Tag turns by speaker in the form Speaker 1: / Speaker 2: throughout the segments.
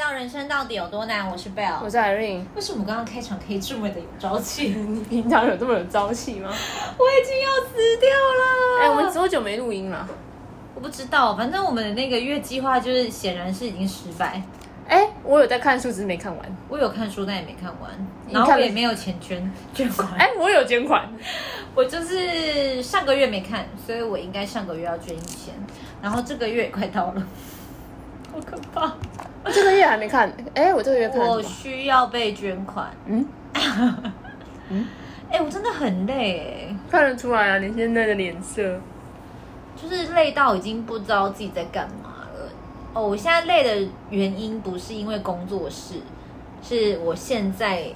Speaker 1: 到人生到底有多难，我是 Bell
Speaker 2: 我。是 Irene，
Speaker 1: 为什么刚刚开场可以这么的有朝气？
Speaker 2: 你平常有这么有朝气吗？
Speaker 1: 我已经要死掉了。
Speaker 2: 哎、我们多久没录音了？
Speaker 1: 我不知道，反正我们的那个月计划就是显然是已经失败。
Speaker 2: 哎、我有在看书，只是没看完。
Speaker 1: 我有看书，但也没看完，
Speaker 2: 你
Speaker 1: 然后
Speaker 2: 看
Speaker 1: 我
Speaker 2: 了
Speaker 1: 也没有钱捐捐款。
Speaker 2: 哎、我有捐款，
Speaker 1: 我就是上个月没看，所以我应该上个月要捐一千，然后这个月也快到了，好可怕！
Speaker 2: 这个月还没看。哎、我这个月看
Speaker 1: 我
Speaker 2: 了什么？
Speaker 1: 需要被捐款。
Speaker 2: 嗯，
Speaker 1: 哎、我真的很累、哎
Speaker 2: 看得出来啊，你现在的脸色。
Speaker 1: 就是累到已经不知道自己在干嘛了。哦，我现在累的原因不是因为工作室，是我现在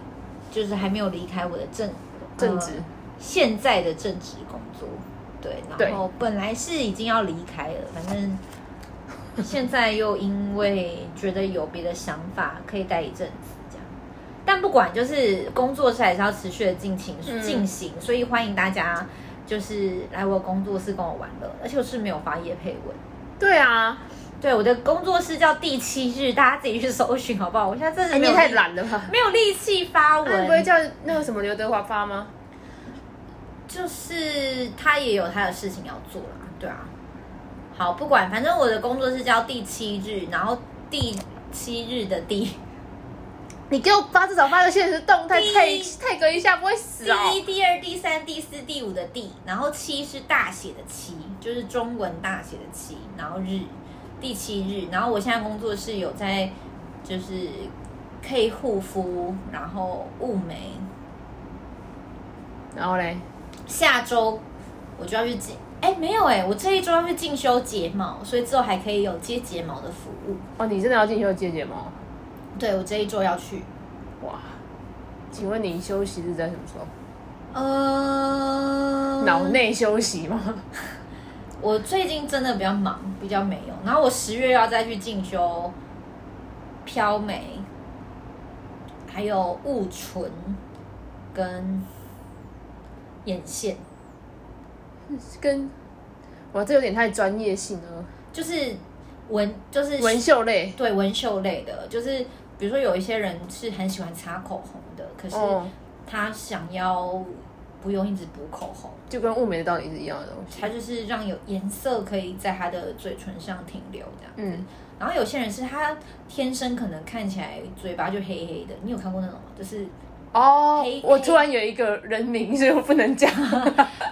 Speaker 1: 就是还没有离开我的正
Speaker 2: 正直
Speaker 1: 呃现在的正职工作。对，
Speaker 2: 对
Speaker 1: 然后本来是已经要离开了，反正现在又因为觉得有别的想法，可以待一阵子这样。但不管，就是工作室还是要持续的进行
Speaker 2: 嗯
Speaker 1: 进行，所以欢迎大家就是来我工作室跟我玩乐，而且我是没有发夜配文。
Speaker 2: 对啊，
Speaker 1: 对，我的工作室叫第七日，大家自己去搜寻好不好？我现在真的
Speaker 2: 哎、你
Speaker 1: 没
Speaker 2: 也
Speaker 1: 有
Speaker 2: 太
Speaker 1: 力
Speaker 2: 懒了吧？
Speaker 1: 没有力气发
Speaker 2: 那你不会
Speaker 1: 文，
Speaker 2: 叫那个什么刘德华发吗？
Speaker 1: 就是他也有他的事情要做啦，对啊。好，不管，反正我的工作室叫第七日，然后第七日的第
Speaker 2: 你给我发至少发个现实动态
Speaker 1: 第一
Speaker 2: 配配个一下，不会死哦。
Speaker 1: 第一、第二、第三、第四、第五的第，然后七是大写的七，就是中文大写的七，然后日，第七日。然后我现在工作室有在，就是可以护肤，然后雾眉。
Speaker 2: 然后嘞，
Speaker 1: 下周我就要去进，哎，没有哎，我这一周要去进修睫毛，所以之后还可以有接睫毛的服务。
Speaker 2: 哦，你真的要进修接睫毛？
Speaker 1: 对我这一周要去，
Speaker 2: 哇，请问你休息是在什么时候？
Speaker 1: 呃，
Speaker 2: 脑内休息吗？
Speaker 1: 我最近真的比较忙，比较没有。然后我十月要再去进修飘眉，还有雾唇跟眼线，
Speaker 2: 跟哇，这有点太专业性了。
Speaker 1: 就是纹，就是
Speaker 2: 纹绣类，
Speaker 1: 对纹绣类的，就是比如说有一些人是很喜欢擦口红的，可是
Speaker 2: 哦，
Speaker 1: 他想要不用一直补口红，
Speaker 2: 就跟雾眉的道理是一样的东西。
Speaker 1: 他就是让有颜色可以在他的嘴唇上停留这样。
Speaker 2: 嗯，
Speaker 1: 然后有些人是他天生可能看起来嘴巴就黑黑的，你有看过那种吗？就是
Speaker 2: 哦
Speaker 1: 黑，
Speaker 2: 我突然有一个人名，所以我不能讲。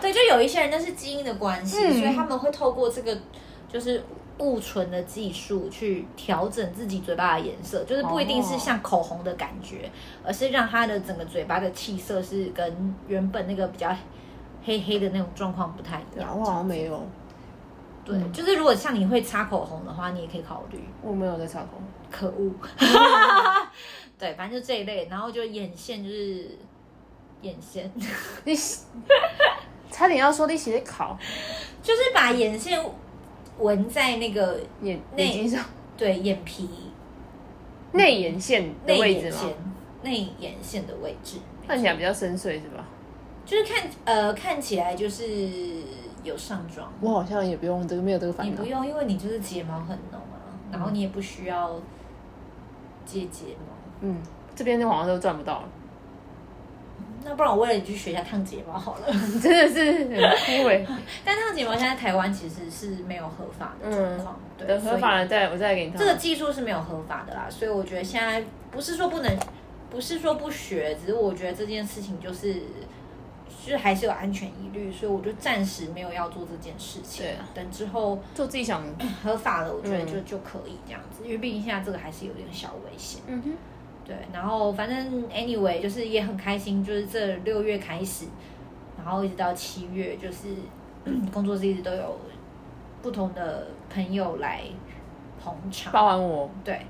Speaker 1: 对，就有一些人那是基因的关系，
Speaker 2: 嗯
Speaker 1: 所以他们会透过这个就是雾唇的技术去调整自己嘴巴的颜色，就是不一定是像口红的感觉，而是让他的整个嘴巴的气色是跟原本那个比较黑黑的那种状况不太一样。
Speaker 2: 我好像没有，
Speaker 1: 对，就是如果像你会擦口红的话，你也可以考虑。
Speaker 2: 我没有在擦口红。
Speaker 1: 可恶。对，反正就这一类，然后就眼线就是眼线，
Speaker 2: 你差点要说你写考
Speaker 1: 就是把眼线纹在那个
Speaker 2: 眼
Speaker 1: 内
Speaker 2: 眼睛上
Speaker 1: 对眼皮
Speaker 2: 内眼线的
Speaker 1: 内
Speaker 2: 位置
Speaker 1: 眼
Speaker 2: 吗？
Speaker 1: 线内眼线的位置，
Speaker 2: 看起来比较深邃是吧？
Speaker 1: 就是看呃看起来就是有上妆，
Speaker 2: 我好像也不用这个，没有这个烦
Speaker 1: 你
Speaker 2: 恼
Speaker 1: 不。用，因为你就是睫毛很浓啊，
Speaker 2: 嗯
Speaker 1: 然后你也不需要接睫毛，
Speaker 2: 嗯，这边的好像都赚不到了，
Speaker 1: 那不然我为了你去学一下烫睫毛好了。
Speaker 2: 你真的是很枯 萎。
Speaker 1: 但烫睫毛现在台湾其实是没有合法的状况，对，
Speaker 2: 等嗯合
Speaker 1: 所以
Speaker 2: 法了再我再给你烫。
Speaker 1: 这个技术是没有合法的啦，所以我觉得现在不是说不能，不是说不学，只是我觉得这件事情就是，就是还是有安全疑虑，所以我就暂时没有要做这件事情。
Speaker 2: 对啊
Speaker 1: 等之后
Speaker 2: 做自己想。
Speaker 1: 合法了，我觉得
Speaker 2: 嗯
Speaker 1: 就、就可以这样子，因为毕竟现在这个还是有点小危险。
Speaker 2: 嗯哼。
Speaker 1: 对，然后反正 anyway 就是也很开心，就是这六月开始，然后一直到七月，就是 工作室一直都有不同的朋友来捧场。
Speaker 2: 包含我，
Speaker 1: 对，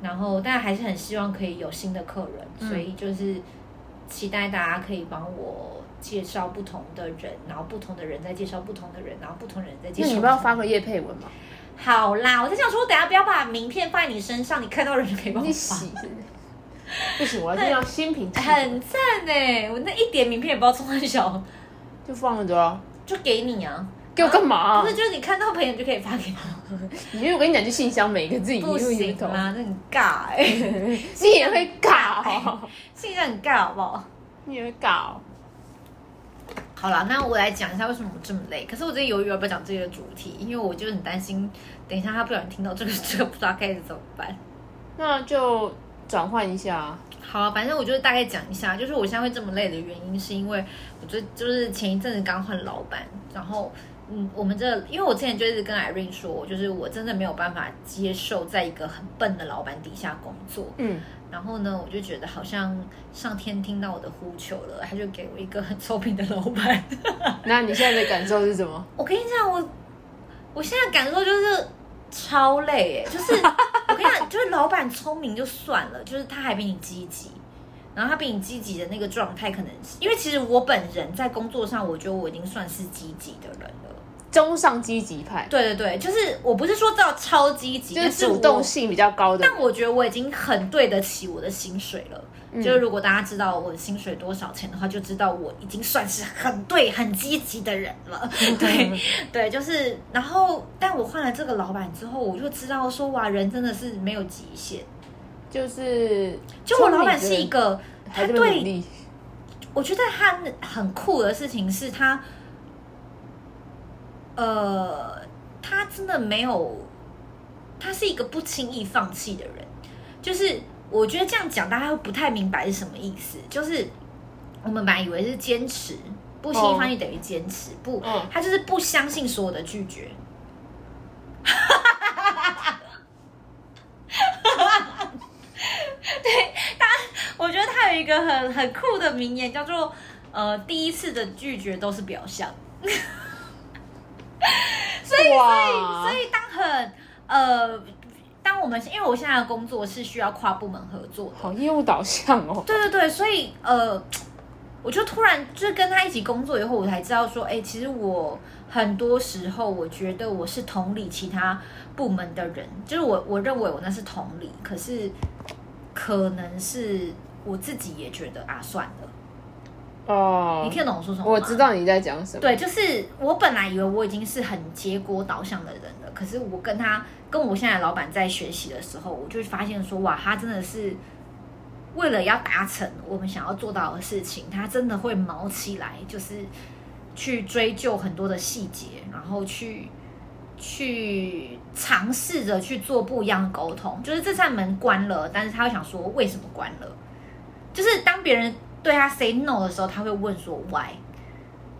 Speaker 1: 然后但还是很希望可以有新的客人，
Speaker 2: 嗯
Speaker 1: 所以就是期待大家可以帮我介绍不同的人，然后不同的人再介绍不同的人，然后不同的人再介
Speaker 2: 那
Speaker 1: 绍。
Speaker 2: 你不要发个叶配文吗？
Speaker 1: 好啦，我在想说，我等下不要把名片放在你身上，你看到的人可以帮我
Speaker 2: 你
Speaker 1: 发
Speaker 2: 洗。不行，我还是要新品系
Speaker 1: 很赞呢、我那一点名片也不知道从哪里找，
Speaker 2: 就放着啊。
Speaker 1: 就给你啊。
Speaker 2: 给我干嘛啊、
Speaker 1: 不是，就是你看到朋友就可以发给 他，
Speaker 2: 你因为我跟你讲，去信箱每一个自己一
Speaker 1: 不
Speaker 2: 路一路
Speaker 1: 行啊
Speaker 2: 投，
Speaker 1: 吗？那很尬哎、欸，
Speaker 2: 你也会搞，
Speaker 1: 现在很尬好不好？
Speaker 2: 你也会搞。
Speaker 1: 好了，那我来讲一下为什么我这么累。可是我最近犹豫要不要讲这个主题，因为我就很担心，等一下他不小心听到这个这个不知 道该怎么办。
Speaker 2: 那就转换一下，
Speaker 1: 好啊，反正我就是大概讲一下，就是我现在会这么累的原因，是因为我最就是前一阵子刚换老板，然后嗯，我们这因为我之前就一直跟 Irene 说，就是我真的没有办法接受在一个很笨的老板底下工作，
Speaker 2: 嗯，
Speaker 1: 然后呢，我就觉得好像上天听到我的呼求了，他就给我一个很聪明的老板。
Speaker 2: 那你现在的感受是什么？
Speaker 1: 我跟你讲，我我现在感受就是超累 哎，就是我跟你讲，就是老板聪明就算了，就是他还比你积极，然后他比你积极的那个状态，可能是因为其实我本人在工作上，我觉得我已经算是积极的人了。
Speaker 2: 中上积极派，
Speaker 1: 对对对，就是我不是说到超积极，
Speaker 2: 就
Speaker 1: 但
Speaker 2: 是
Speaker 1: 是
Speaker 2: 主动
Speaker 1: 我
Speaker 2: 性比较高的。
Speaker 1: 但我觉得我已经很对得起我的薪水了。就是如果大家知道我的薪水多少钱的话，就知道我已经算是很对、很积极的人了。对对，就是。然后，但我换了这个老板之后，我就知道说，哇，人真的是没有极限。
Speaker 2: 就是，
Speaker 1: 就我老板是一，个，他
Speaker 2: 还这么努
Speaker 1: 对
Speaker 2: 力，
Speaker 1: 我觉得他很酷的事情是他，呃，他真的没有，他是一个不轻易放弃的人。就是我觉得这样讲大家会不太明白是什么意思。就是我们本来以为是坚持，不轻易放弃等于坚持，不，
Speaker 2: 嗯
Speaker 1: 他就是不相信所有的拒绝。 我觉得他有一个很很酷的名言，叫做“呃，第一次的拒绝都是表象”。
Speaker 2: 所以
Speaker 1: 所以当很呃，当我们因为我现在的工作是需要跨部门合作的，
Speaker 2: 好业务导向哦，
Speaker 1: 对对对，所以呃，我就突然就是跟他一起工作以后，我才知道说，哎，其实我很多时候我觉得我是同理其他部门的人，就是我我认为我那是同理，可是可能是我自己也觉得啊，算了，
Speaker 2: 哦
Speaker 1: 你，听得懂我说什么吗？
Speaker 2: 我知道你在讲什么，
Speaker 1: 对，就是我本来以为我已经是很结果导向的人了，可是我跟他跟我现在的老板在学习的时候，我就发现说，哇，他真的是为了要达成我们想要做到的事情，他真的会毛起来，就是去追究很多的细节，然后去去尝试着去做不一样的沟通。就是这扇门关了，但是他会想说为什么关了？就是当别人对他 say no 的时候，他会问说 why。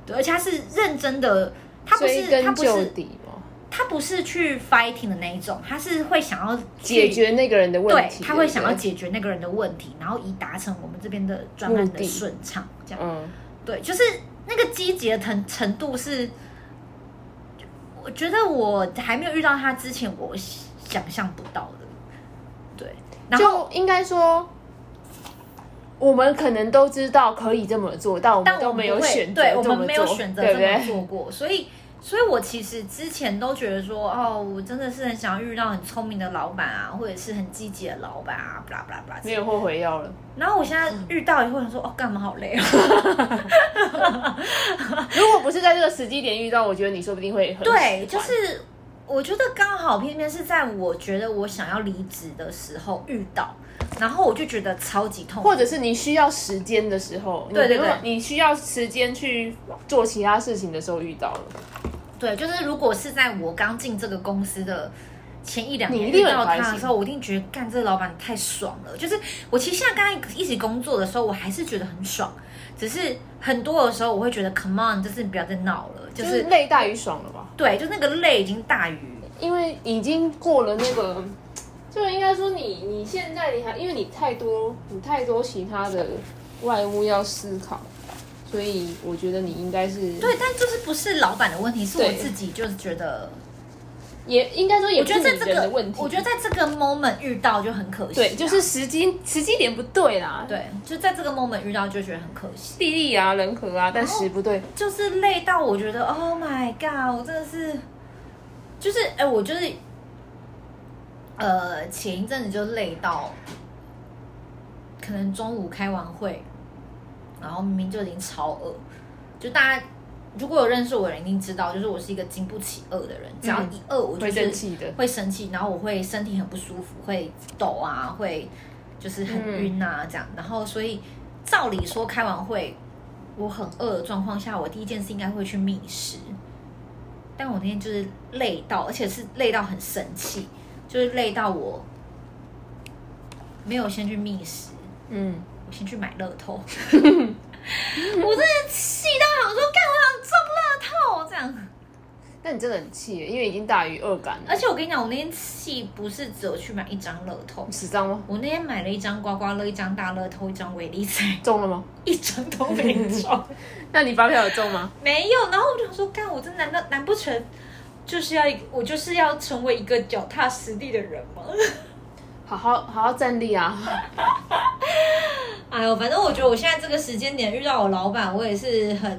Speaker 1: 对，而且他是认真的，他不
Speaker 2: 追
Speaker 1: 是他
Speaker 2: 根
Speaker 1: 不
Speaker 2: 究
Speaker 1: 是
Speaker 2: 底哦嘛，
Speaker 1: 他不是去 fighting 的那一种，他是会想要去
Speaker 2: 解决那个人的问
Speaker 1: 对
Speaker 2: 题，，
Speaker 1: 他会
Speaker 2: 对不
Speaker 1: 想要
Speaker 2: 对，
Speaker 1: 解决那个人的问题，然后以达成我们这边的专案
Speaker 2: 目
Speaker 1: 的
Speaker 2: 的
Speaker 1: 顺畅，这样。
Speaker 2: 嗯，
Speaker 1: 对，就是那个积极的程程度是，我觉得我还没有遇到他之前，我想象不到的。对，然后
Speaker 2: 就应该说。我们可能都知道可以这么做，但我
Speaker 1: 但
Speaker 2: 们
Speaker 1: 我
Speaker 2: 都
Speaker 1: 们
Speaker 2: 没有
Speaker 1: 不会
Speaker 2: 选择
Speaker 1: 对
Speaker 2: 这
Speaker 1: 我
Speaker 2: 么做，
Speaker 1: 们没有选择这
Speaker 2: 对不
Speaker 1: 么
Speaker 2: 对？
Speaker 1: 做过，所以。所以我其实之前都觉得说，哦，我真的是很想要遇到很聪明的老板啊，或者是很积极的老板啊，巴拉巴拉巴拉。
Speaker 2: 没有嗯后悔药了。
Speaker 1: 然后我现在遇到以后，想说，哦，干嘛好 累哦。
Speaker 2: 如果不是在这个时机点遇到，我觉得你说不定会很
Speaker 1: 对，
Speaker 2: 喜
Speaker 1: 就
Speaker 2: 欢
Speaker 1: 是我觉得刚好偏偏是在我觉得我想要离职的时候遇到，然后我就觉得超级痛苦
Speaker 2: 或。者是你需要时间的时候，
Speaker 1: 对对
Speaker 2: 你
Speaker 1: 对
Speaker 2: 你需要时间去做其他事情的时候遇到了，
Speaker 1: 对，就是如果是在我刚进这个公司的。前一两
Speaker 2: 你
Speaker 1: 年
Speaker 2: 一
Speaker 1: 遇
Speaker 2: 定很
Speaker 1: 到
Speaker 2: 开
Speaker 1: 他的
Speaker 2: 心
Speaker 1: 时候，我一定觉得干这个老板太爽了。就是我其实现在跟他一起工作的时候，我还是觉得很爽，只是很多的时候我会觉得 come on，就是不要再闹了，就、
Speaker 2: 就是是累大于爽了吧？
Speaker 1: 对，就那个累已经大于
Speaker 2: 因为已经过了那个，就应该说你你现在你还因为你太多你太多其他的外物要思考，所以我觉得你应该是
Speaker 1: 对，但就是不是老板的问题，是我
Speaker 2: 对
Speaker 1: 自己就是觉得
Speaker 2: 也应该说也
Speaker 1: 我
Speaker 2: 不
Speaker 1: 觉
Speaker 2: 是
Speaker 1: 得在
Speaker 2: 你
Speaker 1: 这
Speaker 2: 人
Speaker 1: 个
Speaker 2: 的问题，
Speaker 1: 我觉得在这个 moment 遇到就很可惜啊、
Speaker 2: 对，就是时机时机点不对啦，
Speaker 1: 对，就在这个 moment 遇到就觉得很可惜，
Speaker 2: 地利啊人和啊，但时不对，
Speaker 1: 就是累到我觉得 Oh my God，我真的是，就是哎、我就是，呃，前一阵子就累到，可能中午开完会，然后明明就已经超饿，就大家如果有认识我的人一定知道，就是我是一个经不起饿的人，只要一饿我就
Speaker 2: 嗯会生
Speaker 1: 是
Speaker 2: 气的。
Speaker 1: 会生气，然后我会身体很不舒服，会抖啊，会就是很晕啊这样。然后所以照理说开完会我很饿的状况下，我第一件事应该会去觅食，但我那天就是累到，而且是累到很生气，就是累到我没有先去觅食，
Speaker 2: 嗯，
Speaker 1: 我先去买乐透。我真的气到想说，干我想中乐透这样。
Speaker 2: 但你真的很气耶，因为已经大于二感了。
Speaker 1: 而且我跟你讲，我那天气不是只有去买一张乐透，
Speaker 2: 十张吗？
Speaker 1: 我那天买了一张刮刮乐，一张大乐透，一张威力彩，
Speaker 2: 中了吗？
Speaker 1: 一张都没中，
Speaker 2: 那你发票有中吗？
Speaker 1: 没有。然后我就想说，干我这难道难不成就是要我就是要成为一个脚踏实地的人吗？
Speaker 2: 好好好好站立啊！
Speaker 1: 哎呦，反正我觉得我现在这个时间点遇到我老板，我也是很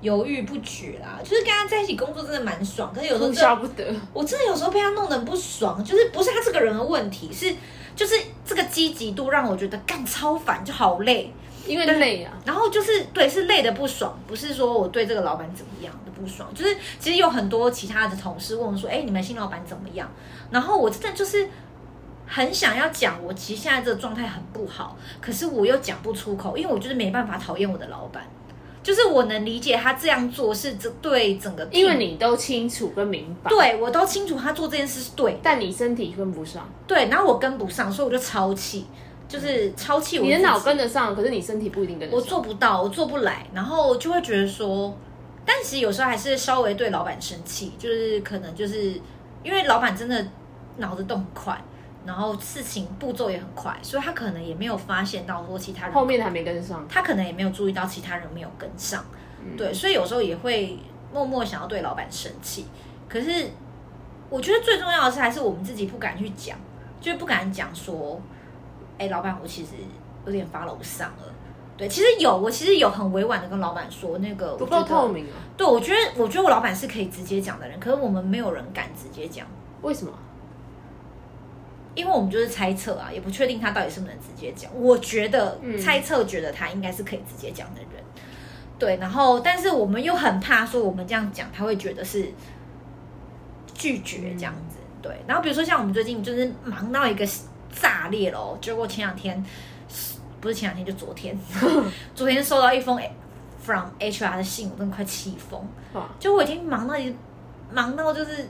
Speaker 1: 犹豫不决啦。就是跟他在一起工作真的蛮爽，可是有时候真
Speaker 2: 哭
Speaker 1: 的
Speaker 2: 笑不得。
Speaker 1: 我真的有时候被他弄得很不爽，就是不是他这个人的问题，是就是这个积极度让我觉得干超烦，就好累。
Speaker 2: 因为累啊，
Speaker 1: 然后就是对，是累的不爽，不是说我对这个老板怎么样的不爽，就是其实有很多其他的同事问我说，哎，你们新老板怎么样？然后我真的就是很想要讲，我其实现在这个状态很不好，可是我又讲不出口，因为我就是没办法讨厌我的老板，就是我能理解他这样做是这对整个 team，
Speaker 2: 因为你都清楚跟明白，
Speaker 1: 对我都清楚他做这件事是对的
Speaker 2: 但你身体跟不上，
Speaker 1: 对，然后我跟不上，所以我就超气，就是超气我
Speaker 2: 你的
Speaker 1: 自己
Speaker 2: 脑跟得上，可是你身体不一定跟得
Speaker 1: 我
Speaker 2: 上。
Speaker 1: 做不到，我做不来，然后就会觉得说，但其实有时候还是稍微对老板生气，就是可能就是因为老板真的脑子动很快，然后事情步骤也很快，所以他可能也没有发现到说其他人
Speaker 2: 后面的还没跟上，嗯
Speaker 1: 他可能也没有注意到其他人没有跟上，对，所以有时候也会默默想要对老板生气。可是我觉得最重要的是，还是我们自己不敢去讲，就是不敢讲说，哎、老板，我其实有点发楼上了。对，其实有，我其实有很委婉的跟老板说，那个
Speaker 2: 不够透
Speaker 1: 明。
Speaker 2: 明啊？
Speaker 1: 对，我觉得，我觉得我老板是可以直接讲的人，可是我们没有人敢直接讲，
Speaker 2: 为什么？
Speaker 1: 因为我们就是猜测啊，也不确定他到底是不是能直接讲。我觉得、
Speaker 2: 嗯
Speaker 1: 猜测，觉得他应该是可以直接讲的人。对，然后但是我们又很怕说我们这样讲，他会觉得是拒绝这样子。对，然后比如说像我们最近就是忙到一个炸裂咯，结果前两天不是前两天就昨天，昨天收到一封 from HR 的信，我真的快气疯。
Speaker 2: 啊，
Speaker 1: 就我已经忙到已经忙到就是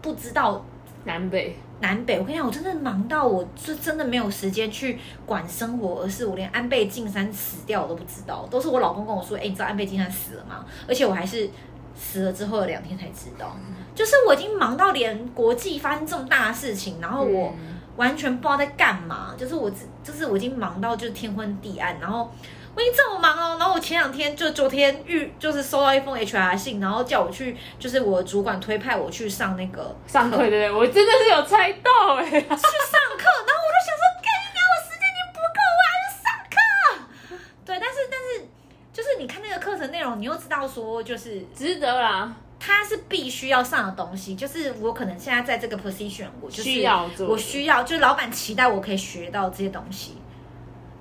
Speaker 1: 不知道
Speaker 2: 南北
Speaker 1: 南北。我跟你讲，我真的忙到我是真的没有时间去管生活，而是我连安倍晋三死掉我都不知道，都是我老公跟我说：“哎、你知道安倍晋三死了吗？”而且我还是死了之后的两天才知道。就是我已经忙到连国际发生这么大的事情，然后哦我
Speaker 2: 嗯
Speaker 1: 完全不知道在干嘛，就是我只就是我已经忙到就是天昏地暗，然后我已经这么忙哦，然后我前两天就昨天遇就是收到一封 HR 信，然后叫我去，就是我主管推派我去上那个
Speaker 2: 上课对不对？我真的是有猜到 哎、
Speaker 1: 去上课，然后我就想说，干你娘，我时间已经不够，啊我还要上课。对，但是但是就是你看那个课程内容，你又知道说就是
Speaker 2: 值得啦，
Speaker 1: 它是必须要上的东西，就是我可能现在在这个 position，我就是
Speaker 2: 需要做
Speaker 1: 我需要，就是老板期待我可以学到这些东西。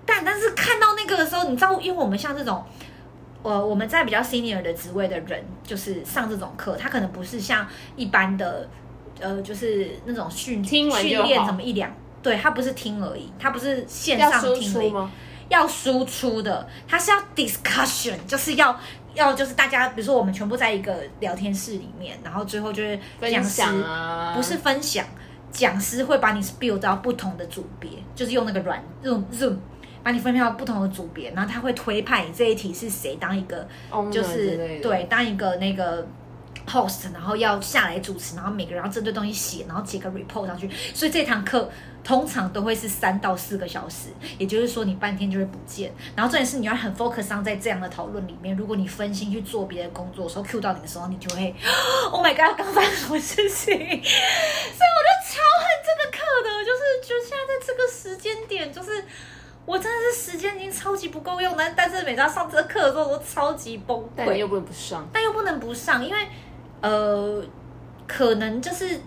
Speaker 1: 但但是看到那个的时候，你知道，因为我们像这种，呃，我们在比较 senior 的职位的人，就是上这种课，他可能不是像一般的，呃，就是那种训
Speaker 2: 听完就
Speaker 1: 训练
Speaker 2: 好
Speaker 1: 怎么一两，对他不是听而已，他不是线
Speaker 2: 要
Speaker 1: 上
Speaker 2: 输
Speaker 1: 听而
Speaker 2: 出
Speaker 1: 已，
Speaker 2: 吗？
Speaker 1: 要输出的，它是要 discussion，就是要要就是大家，比如说我们全部在一个聊天室里面，然后最后就是
Speaker 2: 分
Speaker 1: 讲师、
Speaker 2: 享啊，
Speaker 1: 不是分享，讲师会把你 spill 到不同的组别，就是用那个软 zoom zoom 把你分配到不同的组别，然后他会推派你这一题是谁当一个
Speaker 2: owner
Speaker 1: 就
Speaker 2: 之类
Speaker 1: 是
Speaker 2: 的
Speaker 1: 对，当一个那个 host，然后要下来主持，然后每个人要针对东西写，然后写个 report 上去。所以这堂课通常都会是三到四个小时，也就是说你半天就会不见。然后重点是你要很 focus on 在这样的讨论里面，如果你分心去做别的工作的时候，cue 到你的时候，你就会 Oh my God，刚发生什么事情？所以我就超恨这个课的，就是就现在在这个时间点，就是。我真的是时间已经超级不够用，但但是每到上这个课的时候，我都超级崩溃。
Speaker 2: 但你又不能不上，
Speaker 1: 但又不能不上，因为呃，可能就是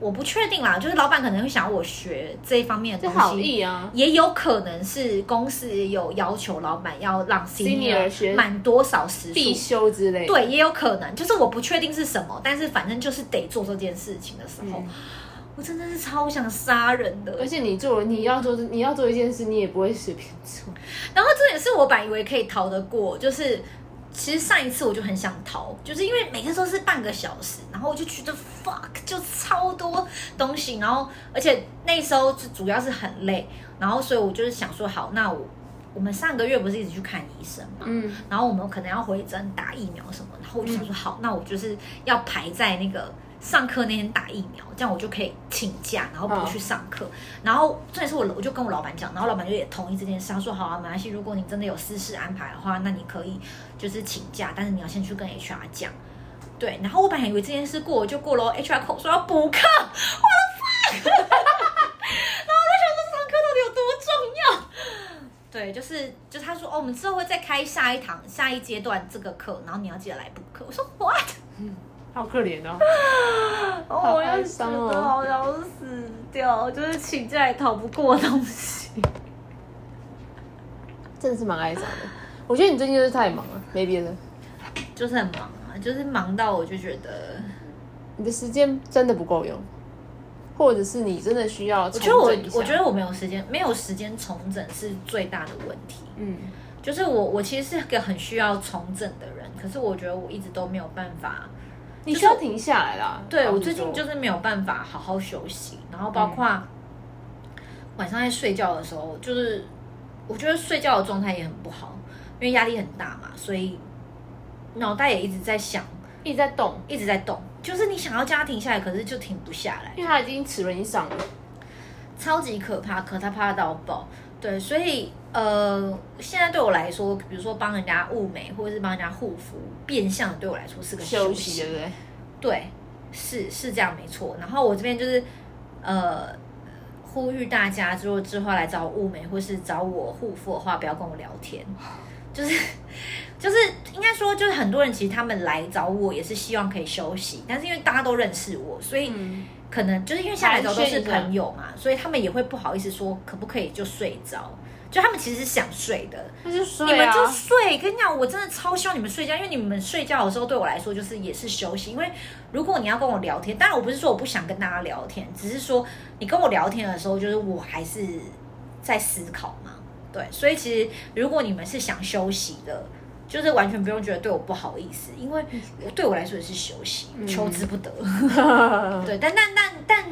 Speaker 1: 我不确定啦，就是老板可能会想要我学这一方面的
Speaker 2: 这
Speaker 1: 东
Speaker 2: 好
Speaker 1: 西，
Speaker 2: 意啊，
Speaker 1: 也有可能是公司有要求老板要让
Speaker 2: Senior 学
Speaker 1: 满多少时
Speaker 2: 必
Speaker 1: 数，
Speaker 2: 修之类。，
Speaker 1: 对，也有可能，就是我不确定是什么，但是反正就是得做这件事情的时候，我真的是超嗯想杀人的。
Speaker 2: 而且你做你要做你要做一件事，你也不会随便做。
Speaker 1: 然后这也是我本来以为可以逃得过，就是其实上一次我就很想逃，就是因为每次都是半个小时，然后我就觉得 fuck 就超多东西，然后而且那时候是主要是很累，然后所以我就是想说好，那我我们上个月不是一直去看医生嘛，
Speaker 2: 嗯，
Speaker 1: 然后我们可能要回诊打疫苗什么，然后我就想说好，那我就是要排在那个上课那天打疫苗，这样我就可以请假，然后不去上课。然后重点是我我就跟我老板讲，然后老板就也同意这件事，他说好啊，没关系，如果你真的有私事安排的话，那你可以就是请假，但是你要先去跟 HR 讲。对，然后我本来以为这件事过了就过了，HR 口说要补课，我的 fuck！然后我在想说上课到底有多重要？对，就是就他说哦，我们之后会再开下一堂下一阶段这个课，然后你要记得来补课。我说 what？
Speaker 2: 好可怜哦。
Speaker 1: 哦，我
Speaker 2: 哀
Speaker 1: 要死
Speaker 2: 伤
Speaker 1: 了，
Speaker 2: 哦
Speaker 1: 好想死掉，就是请假也逃不过的东西。
Speaker 2: 真的是蛮爱找的。我觉得你最近就是太忙了，没别的，
Speaker 1: 就是很忙啊，就是忙到我就觉得，
Speaker 2: 你的时间真的不够用，或者是你真的需要
Speaker 1: 我
Speaker 2: 重
Speaker 1: 觉得我
Speaker 2: 整一下
Speaker 1: 我觉得我没有时间，没有时间重整是最大的问题。
Speaker 2: 嗯，
Speaker 1: 就是我我其实是个很需要重整的人，可是我觉得我一直都没有办法。
Speaker 2: 你需要停下来啦。
Speaker 1: 对
Speaker 2: 老
Speaker 1: 我
Speaker 2: 实
Speaker 1: 最近
Speaker 2: 说
Speaker 1: 就是嗯没有办法好好休息，然后包括晚上在睡觉的时候，就是我觉得睡觉的状态也很不好，因为压力很大嘛，所以脑袋也一直在想，
Speaker 2: 一直在动，
Speaker 1: 一直在动。就是你想要叫它停下来，可是就停不下来，
Speaker 2: 因为它已经齿轮已经上了。
Speaker 1: 超级可怕，可他怕到爆。对，所以呃，现在对我来说，比如说帮人家雾眉或者是帮人家护肤，变相的对我来说是个
Speaker 2: 休
Speaker 1: 休
Speaker 2: 息，对不对？
Speaker 1: 对，是是这样没错。然后我这边就是呃呼吁大家，如果之后来找我物美或是找我护肤的话，不要跟我聊天，就是就是应该说，就是很多人其实他们来找我也是希望可以休息，但是因为大家都认识我，所以
Speaker 2: 嗯，
Speaker 1: 可能就是因为下来找都
Speaker 2: 寒暄
Speaker 1: 是
Speaker 2: 一下
Speaker 1: 朋友嘛，所以他们也会不好意思说可不可以就睡着。就他们其实是想睡的，
Speaker 2: 那就睡啊。
Speaker 1: 你们就睡。跟你讲，我真的超希望你们睡觉，因为你们睡觉的时候对我来说就是也是休息。因为如果你要跟我聊天，当然我不是说我不想跟大家聊天，只是说你跟我聊天的时候，就是我还是在思考嘛。对，所以其实如果你们是想休息的，就是完全不用觉得对我不好意思，因为对我来说也是休息，求之不得。
Speaker 2: 嗯啊
Speaker 1: 对，但但但但，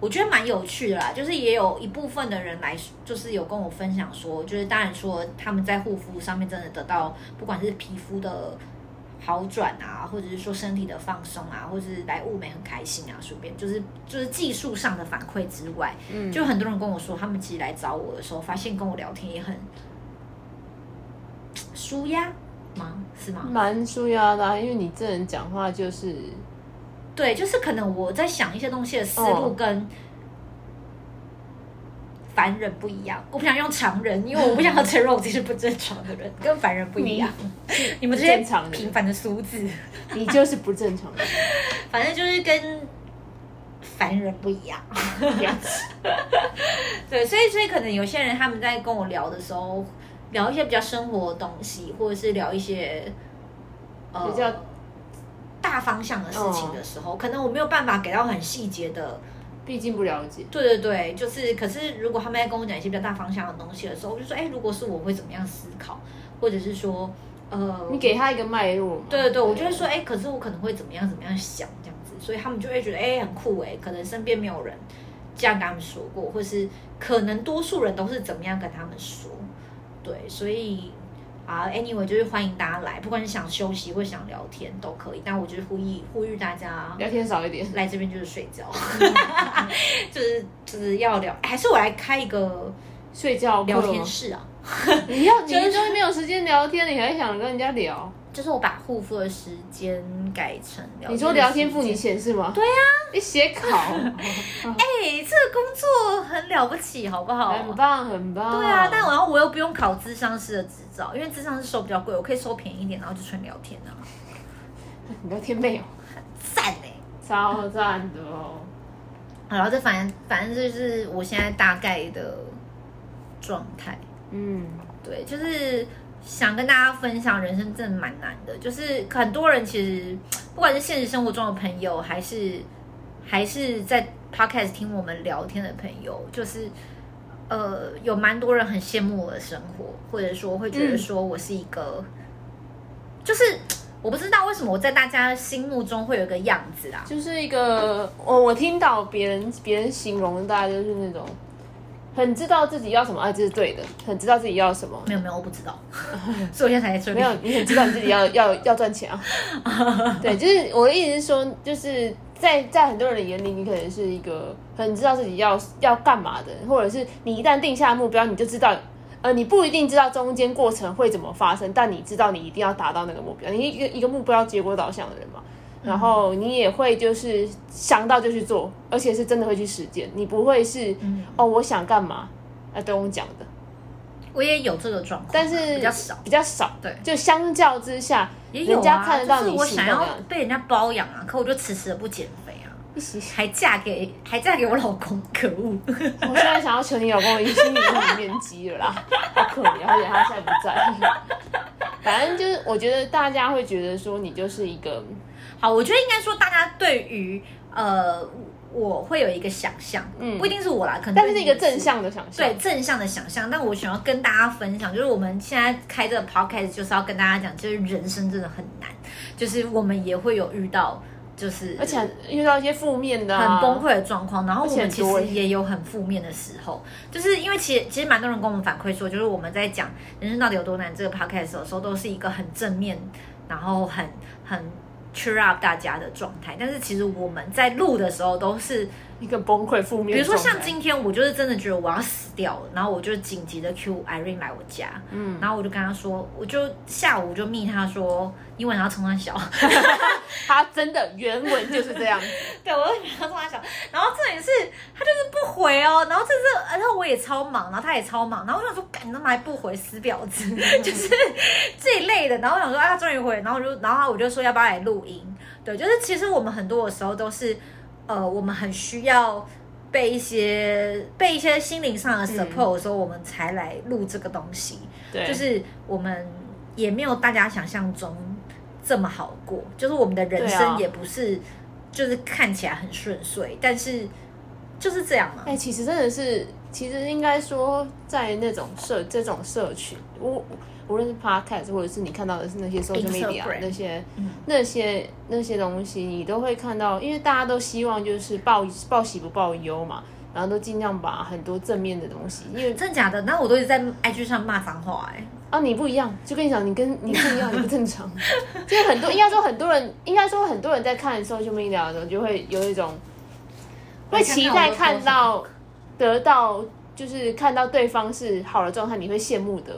Speaker 1: 我觉得蛮有趣的啦，就是也有一部分的人来，就是有跟我分享说，就是当然说他们在护肤上面真的得到，不管是皮肤的好转啊，或者是说身体的放松啊，或者是来物美很开心啊，顺便就是就是技术上的反馈之外，
Speaker 2: 嗯
Speaker 1: 就很多人跟我说，他们其实来找我的时候，发现跟我聊天也很舒压吗？是吗？
Speaker 2: 蛮舒压的、啊，因为你这人讲话就是
Speaker 1: 对，就是可能我在想一些东西的思路
Speaker 2: 哦
Speaker 1: 跟凡人不一样。我不想用常人，因为我不想要承认我自己是不正常的人，跟凡人不一样。 你们这
Speaker 2: 不
Speaker 1: 些
Speaker 2: 正常人
Speaker 1: 平凡的俗子，
Speaker 2: 你就是不正常的
Speaker 1: 反正就是跟凡人不一样。
Speaker 2: 样子。
Speaker 1: 对，所以所以可能有些人他们在跟我聊的时候，聊一些比较生活的东西，或者是聊一些呃
Speaker 2: 比较嗯
Speaker 1: 大方向的事情的时候，可能我没有办法给到很细节的。
Speaker 2: 毕竟不了解，
Speaker 1: 对对对，就是，可是如果他们在跟我讲一些比较大方向的东西的时候，我就说，哎，如果是我会怎么样思考，或者是说，呃，
Speaker 2: 你给他一个脉络嘛。
Speaker 1: 对对对，我就会说，哎，可是我可能会怎么样怎么样想这样子，所以他们就会觉得，哎，很酷哎，可能身边没有人这样跟他们说过，或是可能多数人都是怎么样跟他们说，对，所以啊，anyway，就是欢迎大家来，不管是想休息或想聊天都可以，但我就是呼吁呼吁大家，
Speaker 2: 聊天少一点。
Speaker 1: 来这边就是睡觉，
Speaker 2: 嗯
Speaker 1: 就是就是要聊，还是我来开一个
Speaker 2: 睡觉课
Speaker 1: 聊天室啊？
Speaker 2: 你要你
Speaker 1: 真是
Speaker 2: 终于没有时间聊天，你还想跟人家 聊？
Speaker 1: 就是我把护肤的时间改成聊天的时间。
Speaker 2: 你说聊天付你钱是吗？对
Speaker 1: 啊
Speaker 2: 呀、你写 考，
Speaker 1: 哎、这个工作很了不起，好不好？
Speaker 2: 哎很棒很棒。
Speaker 1: 对啊，但我要我又不用考智商师的执照，因为智商师收比较贵，我可以收便宜一点，然后就纯聊天啊，
Speaker 2: 你聊天没有？
Speaker 1: 赞哎、
Speaker 2: 超赞的哦！
Speaker 1: 好了，这反反正就是我现在大概的状态。
Speaker 2: 嗯，
Speaker 1: 对，就是想跟大家分享，人生真的蛮难的。就是很多人其实，不管是现实生活中的朋友，还是还是在 podcast 听我们聊天的朋友，就是呃，有蛮多人很羡慕我的生活，或者说会
Speaker 2: 嗯
Speaker 1: 觉得说我是一个，就是我不知道为什么我在大家心目中会有一个样子啊，
Speaker 2: 就是一个我我听到别人别人形容大家就是那种很知道自己要什么，啊，这是对的，很知道自己要什么。
Speaker 1: 没有没有，我不知 道，所以我现在才在这里
Speaker 2: 没有，你很知道你自己要 要要赚钱 啊。对，就是我的意思是说，就是在在很多人的眼里，你可能是一个很知道自己要要干嘛的，或者是你一旦定下目标，你就知道，呃，你不一定知道中间过程会怎么发生，但你知道你一定要达到那个目标，你一个一个目标结果导向的人嘛。
Speaker 1: 嗯
Speaker 2: 然后你也会就是想到就去做，而且是真的会去实践，你不会是、
Speaker 1: 嗯
Speaker 2: 哦我想干嘛，啊都用讲的，
Speaker 1: 我也有这个状况，啊
Speaker 2: 但是
Speaker 1: 比较少。
Speaker 2: 比较少。
Speaker 1: 对
Speaker 2: 就相较之下，
Speaker 1: 也有
Speaker 2: 人家看得
Speaker 1: 啊，就
Speaker 2: 到
Speaker 1: 是
Speaker 2: 你
Speaker 1: 我
Speaker 2: 行
Speaker 1: 想
Speaker 2: 动
Speaker 1: 要
Speaker 2: 啊。
Speaker 1: 被人家包养啊，可我就迟迟的不减肥啊，
Speaker 2: 一起，
Speaker 1: 还嫁给还嫁给我老公，可恶！
Speaker 2: 我现在想要求你老公的心理阴影面积了啦，好可怜，而且他现在不在。反正就是，我觉得大家会觉得说你就是一个，
Speaker 1: 好，我觉得应该说大家对于呃我会有一个想象，
Speaker 2: 嗯
Speaker 1: 不一定是我啦，可能
Speaker 2: 但是
Speaker 1: 对
Speaker 2: 是
Speaker 1: 你
Speaker 2: 一个正向的想象。
Speaker 1: 对，正向的想象，但我想要跟大家分享，就是我们现在开这个 podcast 就是要跟大家讲，就是人生真的很难，就是我们也会有遇到，就是
Speaker 2: 而且遇到一些负面的、啊，
Speaker 1: 很崩溃的状况，然后我
Speaker 2: 而且
Speaker 1: 们
Speaker 2: 很
Speaker 1: 其
Speaker 2: 多
Speaker 1: 实
Speaker 2: 欸
Speaker 1: 也有很负面的时候，就是因为其实其实蛮多人跟我们反馈说，就是我们在讲人生到底有多难这个 podcast 的时候，都是一个很正面，然后很很 cheer up 大家的状态，但是其实我们在录的时候都是，
Speaker 2: 一个崩溃负面。
Speaker 1: 比如说像，今天我就是真的觉得我要死掉了，然后我就紧急的 Q Irene 来我家，
Speaker 2: 嗯，
Speaker 1: 然后我就跟她说，我就下午就密她说，你晚上要冲上小。
Speaker 2: 他真的原文就是这样，
Speaker 1: 对，我就觉得他冲他小，然后重点是他就是不回哦，然后这是，然后我也超忙，然后他也超忙，然后我想说，干你他妈还不回，死婊子， 就是这一类的。然后我想说，啊，他终于回，然后我就，然后他我就说要不要来录音？对，就是其实我们很多的时候都是，呃，我们很需要。被一些被一些心灵上的 support 的时候，我们才来录这个东西。
Speaker 2: 对，
Speaker 1: 就是我们也没有大家想象中这么好过，就是我们的人
Speaker 2: 对
Speaker 1: 生
Speaker 2: 啊
Speaker 1: 也不是就是看起来很顺遂，但是就是这样嘛
Speaker 2: 哎、。其实真的是，其实应该说，在那种社这种社群，无无论是 podcast 或者是你看到的是那些 social media
Speaker 1: Instagram
Speaker 2: 那些、
Speaker 1: 嗯
Speaker 2: 那些那些东西，你都会看到，因为大家都希望就是报报喜不报忧嘛，然后都尽量把很多正面的东西，因为
Speaker 1: 真的假的？那我都一直在 IG 上骂脏话哎、
Speaker 2: 啊你不一样，就跟你讲，你跟你不一样，你不正 常，就是很多应该说很多人应该说很多人在看 social media 的时候，就会有一种会期待看到得到，就是看到对方是好的状态，你会羡慕的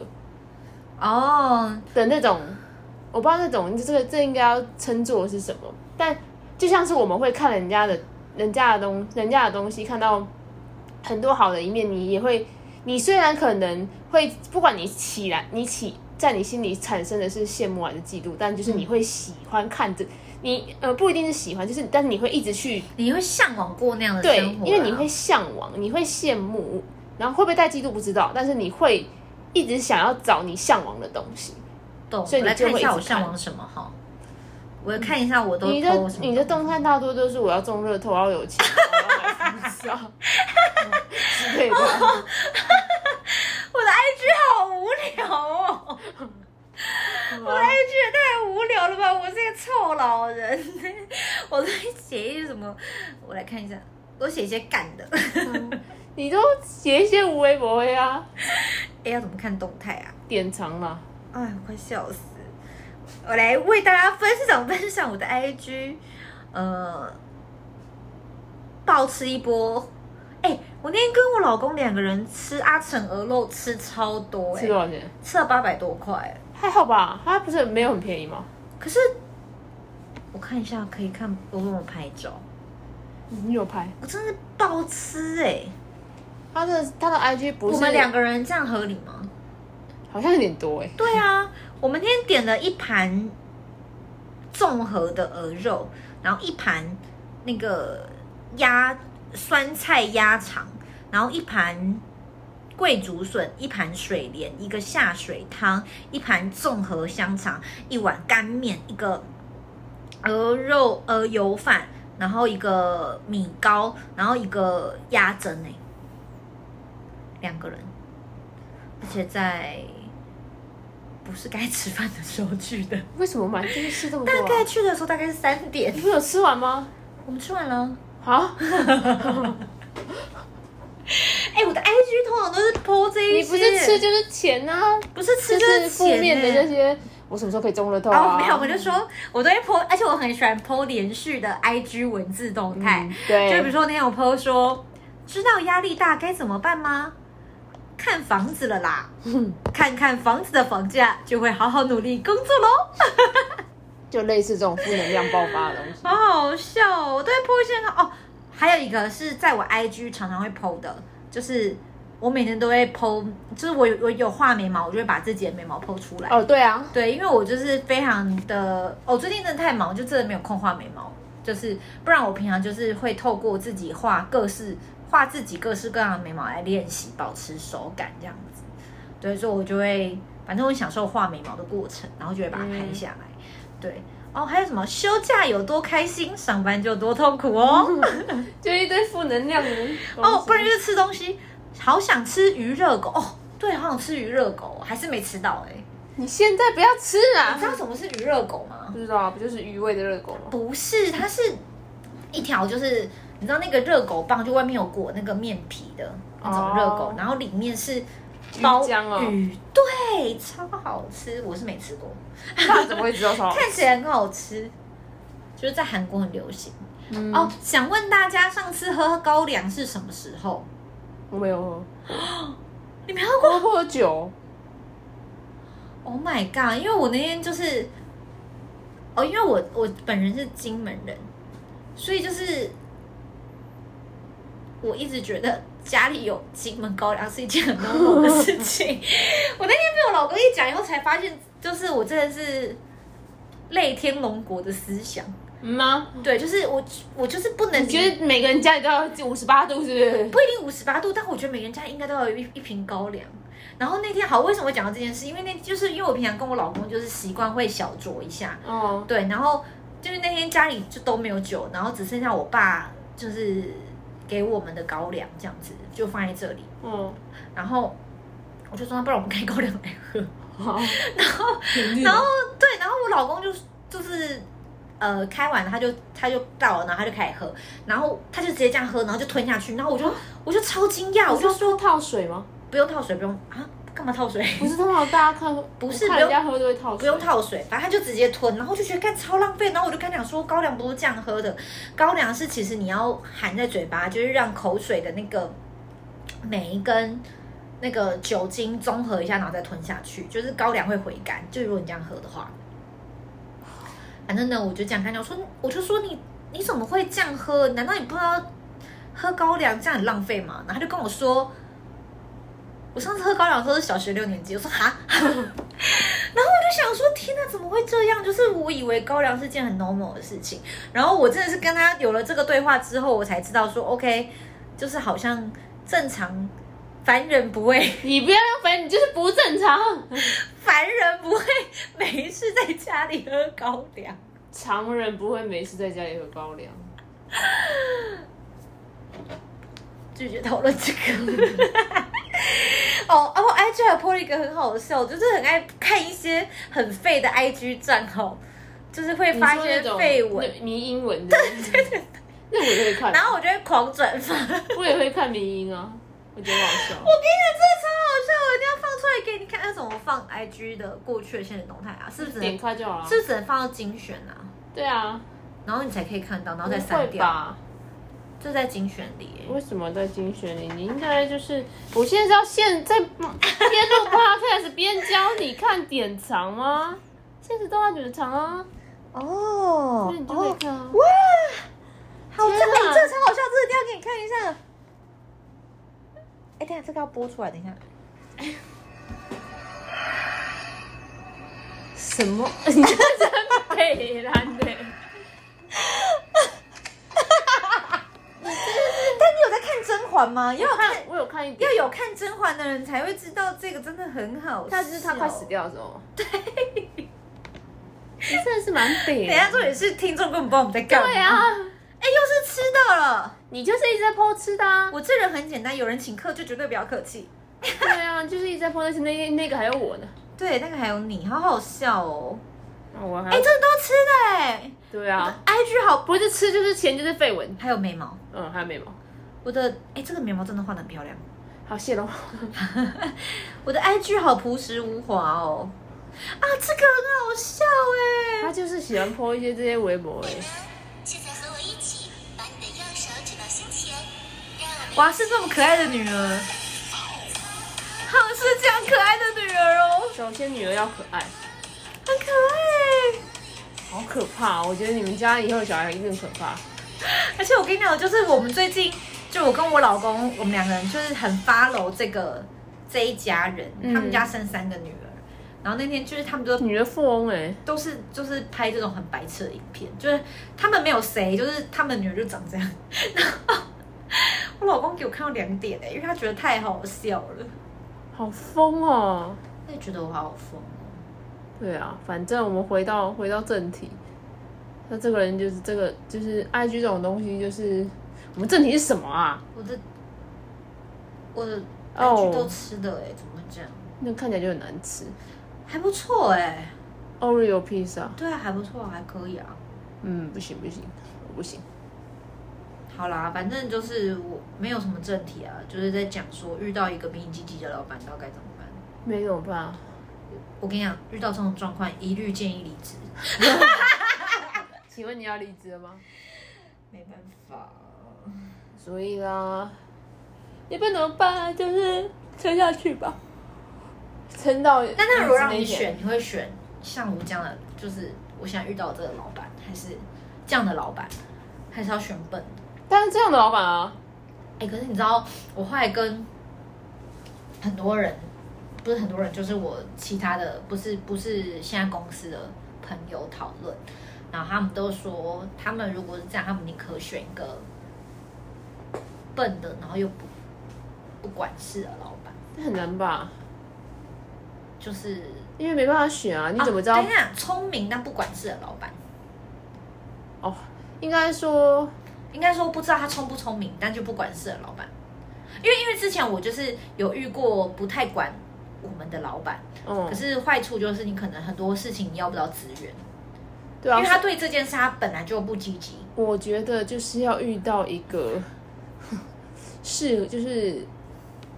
Speaker 1: 哦，
Speaker 2: 的那种。我不知道那种这个这应该要称作是什么，但就像是我们会看人家的人家的东人家的东西，看到很多好的一面，你也会，你虽然可能会不管你起来，你起在你心里产生的是羡慕还是嫉妒，但就是你会喜欢看着你呃不一定是喜欢，就是但是你会一直去
Speaker 1: 你会向往过那样的
Speaker 2: 对
Speaker 1: 生活、，啊，
Speaker 2: 因为你会向往，你会羡慕，然后会不会带嫉妒不知道，但是你会一直想要找你向往的东西。
Speaker 1: 懂。
Speaker 2: 所以
Speaker 1: 我
Speaker 2: 你
Speaker 1: 来
Speaker 2: 就
Speaker 1: 看一
Speaker 2: 会
Speaker 1: 下
Speaker 2: 一
Speaker 1: 我
Speaker 2: 直
Speaker 1: 向
Speaker 2: 看
Speaker 1: 往什么哈。我看一下我都
Speaker 2: 你的
Speaker 1: 偷什么
Speaker 2: 你的动态大多都是我要中乐透，我要有钱，我要买房子 啊之类的。
Speaker 1: 我的 IG 好无聊哦，我的 IG 哎也太无聊了吧！我是一个臭老人， 我在写一些什么？我来看一下，我写一些干的。
Speaker 2: 你都写一些无微博呀，
Speaker 1: 哎，要怎么看动态啊？
Speaker 2: 典藏啦。
Speaker 1: 哎，我快笑死！我来为大家分享分享我的 IG，呃，暴吃一波。哎，我那天跟我老公两个人吃阿成鹅肉，吃超多哎、
Speaker 2: 吃多少钱？
Speaker 1: 吃了八百多块、
Speaker 2: 还好吧，它不是没有很便宜吗？
Speaker 1: 可是我看一下，可以看我帮我拍照，
Speaker 2: 你有拍？
Speaker 1: 我真的是暴吃哎、
Speaker 2: 它的它的 IG 不是
Speaker 1: 我们两个人这样合理吗？
Speaker 2: 好像有点多哎、
Speaker 1: 对啊，我们今天点了一盘综合的鹅肉，然后一盘那个鸭酸菜鸭肠，然后一盘桂竹笋，一盘水莲，一个下水汤，一盘综合香肠，一碗干面，一个鹅肉鹅油饭，然后一个米糕，然后一个鸭胗哎、两个人，而且在不是该吃饭的时候去的，
Speaker 2: 为什么买这个吃这么 多、
Speaker 1: 大
Speaker 2: 啊
Speaker 1: 概？去的时候大概是三点
Speaker 2: 你，不是有吃完吗？
Speaker 1: 我们吃完了。
Speaker 2: 啊，
Speaker 1: 哎、我的 IG 通常都是 PO 这一
Speaker 2: 你
Speaker 1: 些，
Speaker 2: 不是吃就是钱呐、
Speaker 1: 不是吃就
Speaker 2: 就
Speaker 1: 是是
Speaker 2: 负
Speaker 1: 钱
Speaker 2: 面的
Speaker 1: 欸
Speaker 2: 这些。我什么时候可以中乐透
Speaker 1: 然
Speaker 2: 啊？
Speaker 1: 后没有，我就说，我都会 po，而且我很喜欢 po 连续的 IG 文字动态，
Speaker 2: 嗯
Speaker 1: 就比如
Speaker 2: 对，
Speaker 1: 说那天我 po 说，知道压力大该怎么办吗？看房子了啦，看看房子的房价，就会好好努力工作喽。
Speaker 2: 就类似这种负能量爆发的东 西。
Speaker 1: 好好笑哦，我都会 po 一些那哦，还有一个是在我 IG 常常会 po 的，就是我每天都会 po，就是我有我有画眉毛，我就会把自己的眉毛 po 出来。
Speaker 2: 哦，对啊，
Speaker 1: 对，因为我就是非常的，我、最近真的太忙，就真的没有空画眉毛，就是不然我平常就是会透过自己画各式画自己各式各样的眉毛来练习保持手感这样子。对，所以我就会，反正我享受画眉毛的过程，然后就会把它拍下来。对，哦，还有什么休假有多开心，上班就多痛苦哦。
Speaker 2: 就一堆负能量的东西
Speaker 1: 哦，不然就是吃东西，好想吃鱼热狗哦，对，好想吃鱼热狗，还是没吃到哎、
Speaker 2: 你现在不要吃
Speaker 1: 你知
Speaker 2: 啊！
Speaker 1: 道什么是鱼热狗吗？
Speaker 2: 不知道啊，不就是余味的热狗吗？
Speaker 1: 不是，它是一条，就是你知道那个热狗棒，就外面有裹那个面皮的那种热狗
Speaker 2: 哦
Speaker 1: 然后里面是
Speaker 2: 鱼浆哦
Speaker 1: 鱼，对，超好吃，我是没吃过，
Speaker 2: 那怎么会知道啥？
Speaker 1: 看起来很好吃，就是在韩国很流行、
Speaker 2: 嗯
Speaker 1: 哦。想问大家，上次喝高粱是什么时候？
Speaker 2: 我没有喝，
Speaker 1: 你没喝过
Speaker 2: 我喝酒，
Speaker 1: ？Oh my god！因为我那天就是，哦，因为我我本人是金门人，所以就是我一直觉得家里有金门高粱是一件很 normal 的事情。 我那天被我老公一讲以后，才发现，就是我真的是类天龙国的思想。
Speaker 2: 嗯吗？
Speaker 1: 对，就是我我就是不能
Speaker 2: 你觉得每个人家里都要五十八度是不是？
Speaker 1: 不一定五十八度，但我觉得每个人家应该都要有一一瓶高粱。然后那天好，为什么我讲到这件事？因为那就是因为我平常跟我老公就是习惯会小酌一下，
Speaker 2: 哦，
Speaker 1: 对，然后就是那天家里就都没有酒，然后只剩下我爸就是给我们的高粱这样子，就放在这里。
Speaker 2: 嗯，
Speaker 1: 然后我就说，那不然我们开高粱来喝。
Speaker 2: 好，然
Speaker 1: 然后对，然后我老公就是就是呃开完了他就他就到了，然后他就开始喝，然后他就直接这样喝，然后就吞下去，然后我就我就超惊讶，我就说
Speaker 2: 套水吗？
Speaker 1: 不用套水，不用啊，干嘛套水？
Speaker 2: 不是通常大家看，
Speaker 1: 不是
Speaker 2: 我看人家喝都会套水，
Speaker 1: 不用套水，反正他就直接吞，然后就觉得干超浪费，然后我就跟他讲说，高粱不是这样喝的，高粱是其实你要含在嘴巴，就是让口水的那个酶跟那个酒精综合一下，然后再吞下去，就是高粱会回甘，就如果你这样喝的话。反正呢，我就这样跟他讲说，我就说你你怎么会这样喝？难道你不知道喝高粱这样很浪费吗？然后他就跟我说，我上次喝高粱的时候是小学六年级，我说哈。然后我就想说，天哪，怎么会这样？就是我以为高粱是件很 normal 的事情，然后我真的是跟他有了这个对话之后，我才知道说，OK，就是好像正常凡人不会，
Speaker 2: 你不要用反正你就是不正常，
Speaker 1: 凡人不会没事在家里喝高粱。
Speaker 2: 常人不会没事在家里喝高粱。
Speaker 1: 拒绝讨论这个。 哦，哦，我 IG 还 po 了一个很好笑，就是很爱看一些很废的 IG 账号，就是会
Speaker 2: 你
Speaker 1: 发一
Speaker 2: 说
Speaker 1: 些
Speaker 2: 那种
Speaker 1: 废文，
Speaker 2: 那迷英文的，那我也会看，
Speaker 1: 然后我就会狂转发。
Speaker 2: 我也会看迷音啊，我觉得好
Speaker 1: 我
Speaker 2: 笑。
Speaker 1: 跟你讲，真的超好笑，我一定要放出来给你看。要怎么放 IG 的过去的现实动态啊？是不是只能
Speaker 2: 点开就好了。
Speaker 1: 是不是只能放到精选啊？
Speaker 2: 对啊，
Speaker 1: 然后你才可以看到，然后
Speaker 2: 不
Speaker 1: 再
Speaker 2: 会
Speaker 1: 删掉，
Speaker 2: 吧？
Speaker 1: 就在精选里耶。
Speaker 2: 为什么在精选里？你应该就是，我现在是要现在嗯边录 podcast 边教你看典藏吗？ 现实动画典 藏啊，
Speaker 1: 哦
Speaker 2: 那你就会看啊。
Speaker 1: 哇，好
Speaker 2: 天
Speaker 1: 这哎
Speaker 2: 啊
Speaker 1: 这个超好笑，这个一定要给你看一下。哎，等一下这个要播出来，等一下。
Speaker 2: 什么？你这真北蓝的。
Speaker 1: 但嬛吗？要看
Speaker 2: 看我有看一点
Speaker 1: 要，有看甄嬛的人才会知道这个真的很好笑。
Speaker 2: 但是他快死掉的时候，对， 你真的是蛮 北
Speaker 1: 等一下，重点是听众根本不知道我们在干嘛。
Speaker 2: 对啊，
Speaker 1: 哎，又是吃到了。
Speaker 2: 你就是一直在剖吃的啊，
Speaker 1: 我这人很简单，有人请客就绝对不要客气。
Speaker 2: 对啊，就是一直在剖，但是那那个还有我呢，
Speaker 1: 对，那个还有你，好好笑哦。
Speaker 2: 啊我还
Speaker 1: 哎，这都吃的哎
Speaker 2: 对啊，
Speaker 1: ，IG 好不？
Speaker 2: 不是吃就是钱就是绯闻，
Speaker 1: 还有眉毛，
Speaker 2: 嗯，还有眉毛，
Speaker 1: 我的哎，这个眉毛真的画的很漂亮。
Speaker 2: 好谢龙，
Speaker 1: 我的 IG 好朴实无华哦。啊，这个很好笑哎、
Speaker 2: 他就是喜欢剖一些这些微博哎，
Speaker 3: 现在和我一起，把你的右手指到胸前，让我们
Speaker 1: 哇，是这么可爱的女儿，好是这样可爱的女儿哦，
Speaker 2: 首先女儿要可爱，
Speaker 1: 很可爱欸、
Speaker 2: 好可怕哦，我觉得你们家以后小孩一定很可怕，
Speaker 1: 而且我跟你讲，就是我们最近，就我跟我老公，我们两个人就是很 follow 这个这一家人，
Speaker 2: 嗯
Speaker 1: 他们家生三个女儿，然后那天就是他们都
Speaker 2: 女儿富翁哎，
Speaker 1: 都是就是拍这种很白痴的影片，就是他们没有谁，就是他们女儿就长这样。 然后我老公给我看到两点哎、因为他觉得太好笑了，
Speaker 2: 好疯哦。
Speaker 1: 他就觉得我好疯哦。
Speaker 2: 对啊，反正我们回到回到正题，那这个人就是这个就是 I G 这种东西，就是我们正题是什么啊？
Speaker 1: 我的我的
Speaker 2: 哦
Speaker 1: IG 都吃的哎、怎么会这样？
Speaker 2: 那看起来就很难吃
Speaker 1: 还不错哎、
Speaker 2: ，Oreo pizza，
Speaker 1: 对啊，还不错，还可以啊。
Speaker 2: 嗯，不行不行，我不行，
Speaker 1: 好啦，反正就是我没有什么正题啊，就是在讲说遇到一个比你积极的老板，到该怎么办。
Speaker 2: 没怎么办？
Speaker 1: 我跟你讲，遇到这种状况，一律建议离职。
Speaker 2: 请问你要离职了吗？
Speaker 1: 没办法，
Speaker 2: 所以啦，也不能怎么办啊，就是撑下去吧，撑到
Speaker 1: 但那如果让
Speaker 2: 离
Speaker 1: 你
Speaker 2: 职那一天，
Speaker 1: 选，你会选像我这样的，就是我想遇到这个老板，还是这样的老板，还是要选笨的？
Speaker 2: 但是这样的老板啊，
Speaker 1: 哎、可是你知道，我后来跟很多人，不是很多人，就是我其他的，不是不是现在公司的朋友讨论，然后他们都说，他们如果是这样，他们宁可选一个笨的，然后又不不管事的老板，
Speaker 2: 这很难吧？
Speaker 1: 就是
Speaker 2: 因为没办法选啊，你怎么知道
Speaker 1: 啊、等一下，聪明但不管事的老板，
Speaker 2: 哦，应该说，
Speaker 1: 应该说不知道他聪不聪明，但就不管事的老板。因为因为之前我就是有遇过不太管我们的老板，
Speaker 2: 嗯
Speaker 1: 可，是坏处就是你可能很多事情你要不到资源，
Speaker 2: 对啊，
Speaker 1: 因为他对这件事他本来就不积极。
Speaker 2: 我觉得就是要遇到一个 适，就是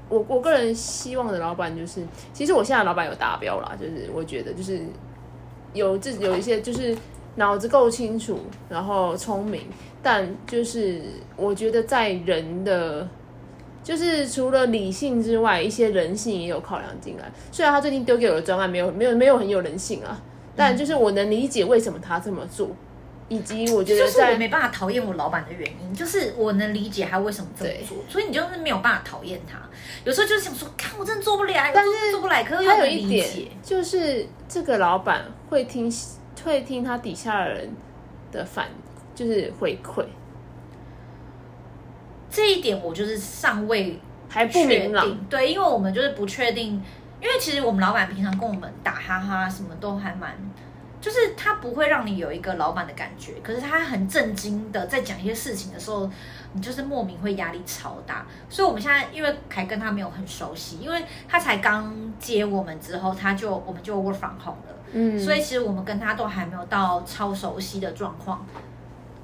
Speaker 2: 我我个人希望的老板，就是其实我现在的老板有达标啦，就是我觉得就是有自有一些就是脑子够清楚，然后聪明，但就是我觉得在人的。就是除了理性之外，一些人性也有考量进来。虽然他最近丢给我的专案没有没有没有很有人性啊，但就是我能理解为什么他这么做，以及我觉
Speaker 1: 就
Speaker 2: 得
Speaker 1: 是
Speaker 2: 在
Speaker 1: 我没办法讨厌我老板的原因，就是我能理解他为什么这么做，所以你就是没有办法讨厌他。有时候就是想说，看我真的做不来，
Speaker 2: 但是
Speaker 1: 我真的做不来，可是又
Speaker 2: 还有
Speaker 1: 能
Speaker 2: 一
Speaker 1: 理
Speaker 2: 点
Speaker 1: 解。
Speaker 2: 就是这个老板会听会听他底下的人的反，就是回馈，
Speaker 1: 这一点我就是尚未
Speaker 2: 还不
Speaker 1: 确
Speaker 2: 明朗。
Speaker 1: 定，对，因为我们就是不确定，因为其实我们老板平常跟我们打哈哈，什么都还蛮，就是他不会让你有一个老板的感觉，可是他很震惊的在讲一些事情的时候，你就是莫名会压力超大。所以我们现在因为还跟他没有很熟悉，因为他才刚接我们之后，他就我们就 work from home 了。
Speaker 2: 嗯，
Speaker 1: 所以其实我们跟他都还没有到超熟悉的状况，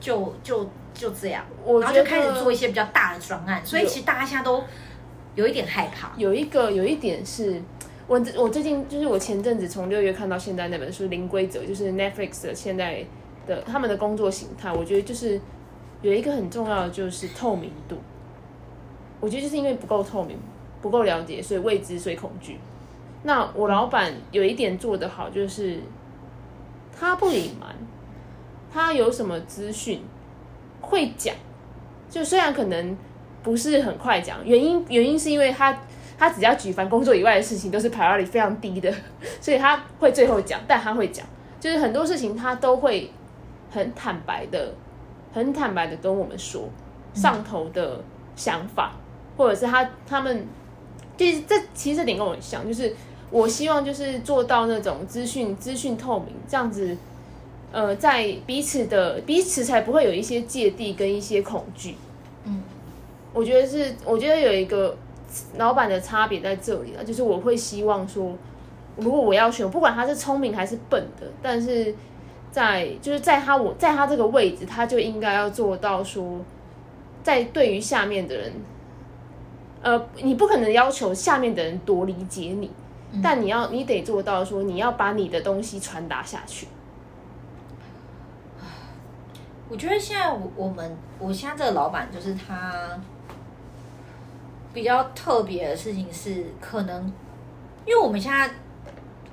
Speaker 1: 就就就这样，
Speaker 2: 我
Speaker 1: 然后
Speaker 2: 觉
Speaker 1: 就
Speaker 2: 得
Speaker 1: 开始做一些比较大的专案，所以其实大家现在都有一点害怕。
Speaker 2: 有一个有一点是。我我最近就是我前阵子从六月看到现在那本书《零规则》，就是 Netflix 的现在的他们的工作形态，我觉得就是有一个很重要的就是透明度。我觉得就是因为不够透明，不够了解，所以未知，所以恐惧。那我老板有一点做得好，就是他不隐瞒，他有什么资讯会讲，就虽然可能不是很快讲，原因原因是因为他他只要举凡工作以外的事情都是排 i 率非常低的， 所以他会最后讲，但他会讲，就是很多事情他都会很坦白的、很坦白的跟我们说上头的想法，或者是他他们，就是这其实这点跟我很像，就是我希望就是做到那种资讯资讯透明，这样子，呃，在彼此的彼此才不会有一些芥蒂跟一些恐惧。
Speaker 1: 嗯，
Speaker 2: 我觉得是，我觉得有一个老板的差别在这里了，啊就是我会希望说，如果我要选，不管他是聪明还是笨的，但是在就是在他我在他这个位置，他就应该要做到说，在对于下面的人，呃，你不可能要求下面的人多理解你，
Speaker 1: 嗯
Speaker 2: 但你要你得做到说，你要把你的东西传达下去。
Speaker 1: 我觉得现在我我们我现在这个老板就是他比较特别的事情是，可能因为我们现在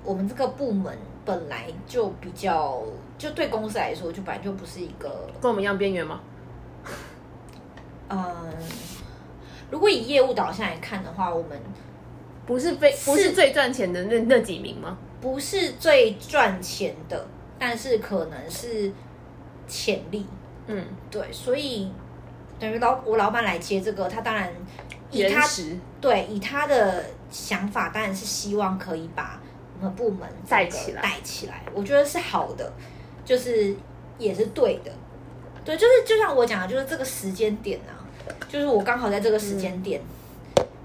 Speaker 1: 我们这个部门本来就比较，就对公司来说就本来就不是一个
Speaker 2: 跟我们一样边缘吗？
Speaker 1: 嗯，如果以业务导向来看的话，我们
Speaker 2: 不是非不
Speaker 1: 是
Speaker 2: 是最赚钱的那那几名吗？
Speaker 1: 不是最赚钱的，但是可能是潜力。
Speaker 2: 嗯，
Speaker 1: 对，所以等于老我老板来接这个，他当然以
Speaker 2: 原
Speaker 1: 他
Speaker 2: 石
Speaker 1: 对以他的想法，当然是希望可以把我们部门这
Speaker 2: 带
Speaker 1: 个
Speaker 2: 起来
Speaker 1: 带起来，我觉得是好的，就是也是对的。对，就是就像我讲的，就是这个时间点啊，就是我刚好在这个时间点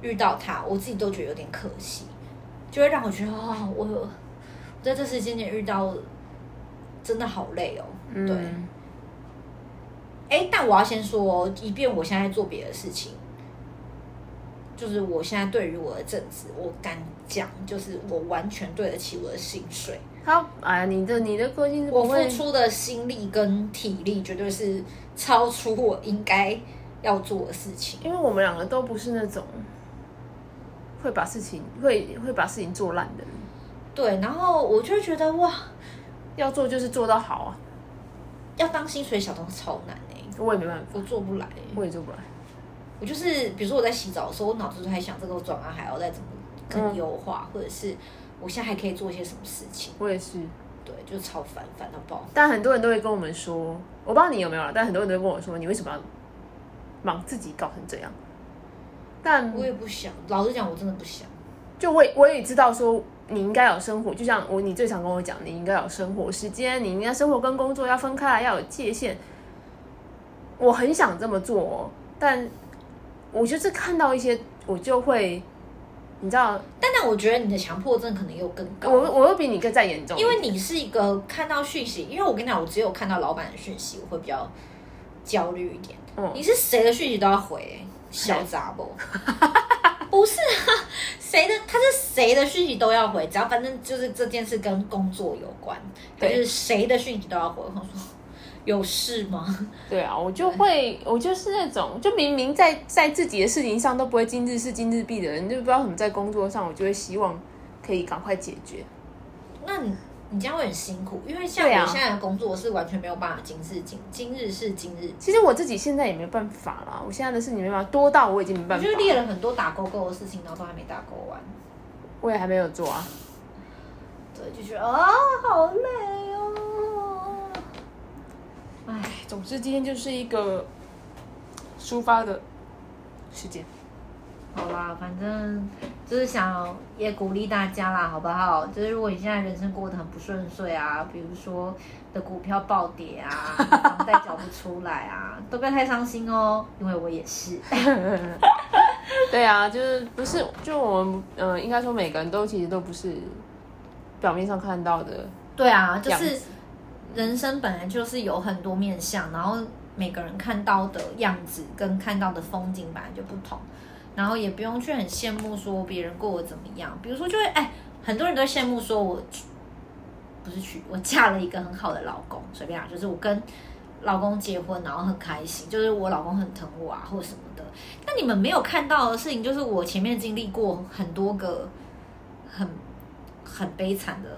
Speaker 1: 遇到他，我自己都觉得有点可惜，就会让我觉得啊、我有我在这时间点遇到，真的好累哦。对，
Speaker 2: 嗯
Speaker 1: 哎、但我要先说哦，以便我现在做别的事情，就是我现在对于我的正职，我敢讲，就是我完全对得起我的薪水，
Speaker 2: 他哎呀，你的你的个性是
Speaker 1: 我
Speaker 2: 不会
Speaker 1: 付出的心力跟体力绝对是超出我应该要做的事情。
Speaker 2: 因为我们两个都不是那种会把事情会会把事情做烂的人，
Speaker 1: 对，然后我就会觉得哇，
Speaker 2: 要做就是做到好啊，
Speaker 1: 要当薪水小偷超难哎、
Speaker 2: 我也没办法，
Speaker 1: 我做不来、欸
Speaker 2: 我也做不来。
Speaker 1: 我就是比如说我在洗澡的时候，我脑子就在想这个转弯还要再怎么更
Speaker 2: 嗯
Speaker 1: 优化，或者是我现在还可以做些什么事情。
Speaker 2: 我也是，
Speaker 1: 对，就超烦，烦到爆。
Speaker 2: 但很多人都会跟我们说，我不知道你有没有啦，但很多人都会跟我说，你为什么要把自己搞成这样？但
Speaker 1: 我也不想，老实讲，我真的不想。
Speaker 2: 就我也我也知道说你应该有生活，就像我你最常跟我讲，你应该有生活时间，你应该生活跟工作要分开来，要有界限。我很想这么做、哦，但我就是看到一些，我就会，你知道，
Speaker 1: 但但我觉得你的强迫症可能又更
Speaker 2: 我
Speaker 1: 高，
Speaker 2: 我又比你更再严重，
Speaker 1: 因为你是一个看到讯息，因为我跟你讲，我只有看到老板的讯息，我会比较焦虑一点。
Speaker 2: 嗯
Speaker 1: 你是谁的讯息都要回、欸，小杂不？ 不是啊，谁的他是谁的讯息都要回，只要反正就是这件事跟工作有关，他
Speaker 2: 对
Speaker 1: 就是谁的讯息都要回。我想说有事吗？
Speaker 2: 对啊，我就会，我就是那种，就明明在在自己的事情上都不会今日事今日毕的人，就不知道怎么在工作上，我就会希望可以赶快解决。
Speaker 1: 那你你这样会很辛苦，因为像
Speaker 2: 对啊
Speaker 1: 我现在的工作是完全没有办法今日今今日是今日
Speaker 2: 其实我自己现在也没办法啦，我现在的事情没办法多到我已经没
Speaker 1: 我
Speaker 2: 办法
Speaker 1: 就，列了很多打勾勾的事情，然后都还没打勾完，
Speaker 2: 我也还没有做啊。
Speaker 1: 对，就觉得啊、好累哦。唉，
Speaker 2: 总之今天就是一个抒发的时间。
Speaker 1: 好啦，反正就是想也鼓励大家啦，好不好？就是如果你现在人生过得很不顺遂啊，比如说你的股票暴跌啊，房贷缴不出来啊，都不要太伤心哦，因为我也是。
Speaker 2: 对啊，就是不是就我们呃，应该说每个人都其实都不是表面上看到的，
Speaker 1: 对啊，就
Speaker 2: 样
Speaker 1: 是
Speaker 2: 子
Speaker 1: 人生本来就是有很多面相，然后每个人看到的样子跟看到的风景本来就不同，然后也不用去很羡慕说别人过得怎么样。比如说，就会哎，很多人都会羡慕说我娶不是娶我嫁了一个很好的老公，随便啊，就是我跟老公结婚，然后很开心，就是我老公很疼我啊，或什么的。但你们没有看到的事情，就是我前面经历过很多个很很悲惨的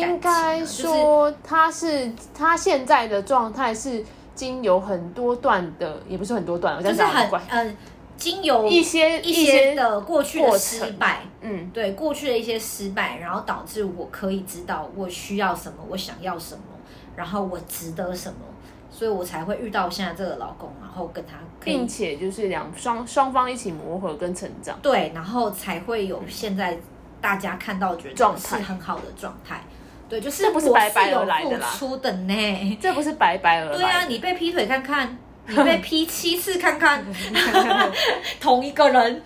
Speaker 1: 感情啊。
Speaker 2: 应该
Speaker 1: 就是
Speaker 2: 说他是他现在的状态是经由很多段的，也不是很多段，我这
Speaker 1: 就
Speaker 2: 样
Speaker 1: 是
Speaker 2: 讲
Speaker 1: 很
Speaker 2: 怪，
Speaker 1: 呃，经由
Speaker 2: 一些
Speaker 1: 一
Speaker 2: 些
Speaker 1: 些的过去的
Speaker 2: 过
Speaker 1: 失
Speaker 2: 程
Speaker 1: 败，
Speaker 2: 嗯，
Speaker 1: 对过去的一些失败，然后导致我可以知道我需要什么，我想要什么，然后我值得什么，所以我才会遇到现在这个老公，然后跟他可以
Speaker 2: 并且就是两双双方一起磨合跟成长。
Speaker 1: 对，然后才会有现在大家看到觉
Speaker 2: 状
Speaker 1: 得是
Speaker 2: 态
Speaker 1: 很好的状态。对，就是
Speaker 2: 这不是
Speaker 1: 我
Speaker 2: 白白
Speaker 1: 有
Speaker 2: 而来的啦
Speaker 1: 付出的呢。
Speaker 2: 这不是白白而来的。
Speaker 1: 对啊，你被劈腿看看，你被劈七次看看， 同一个人。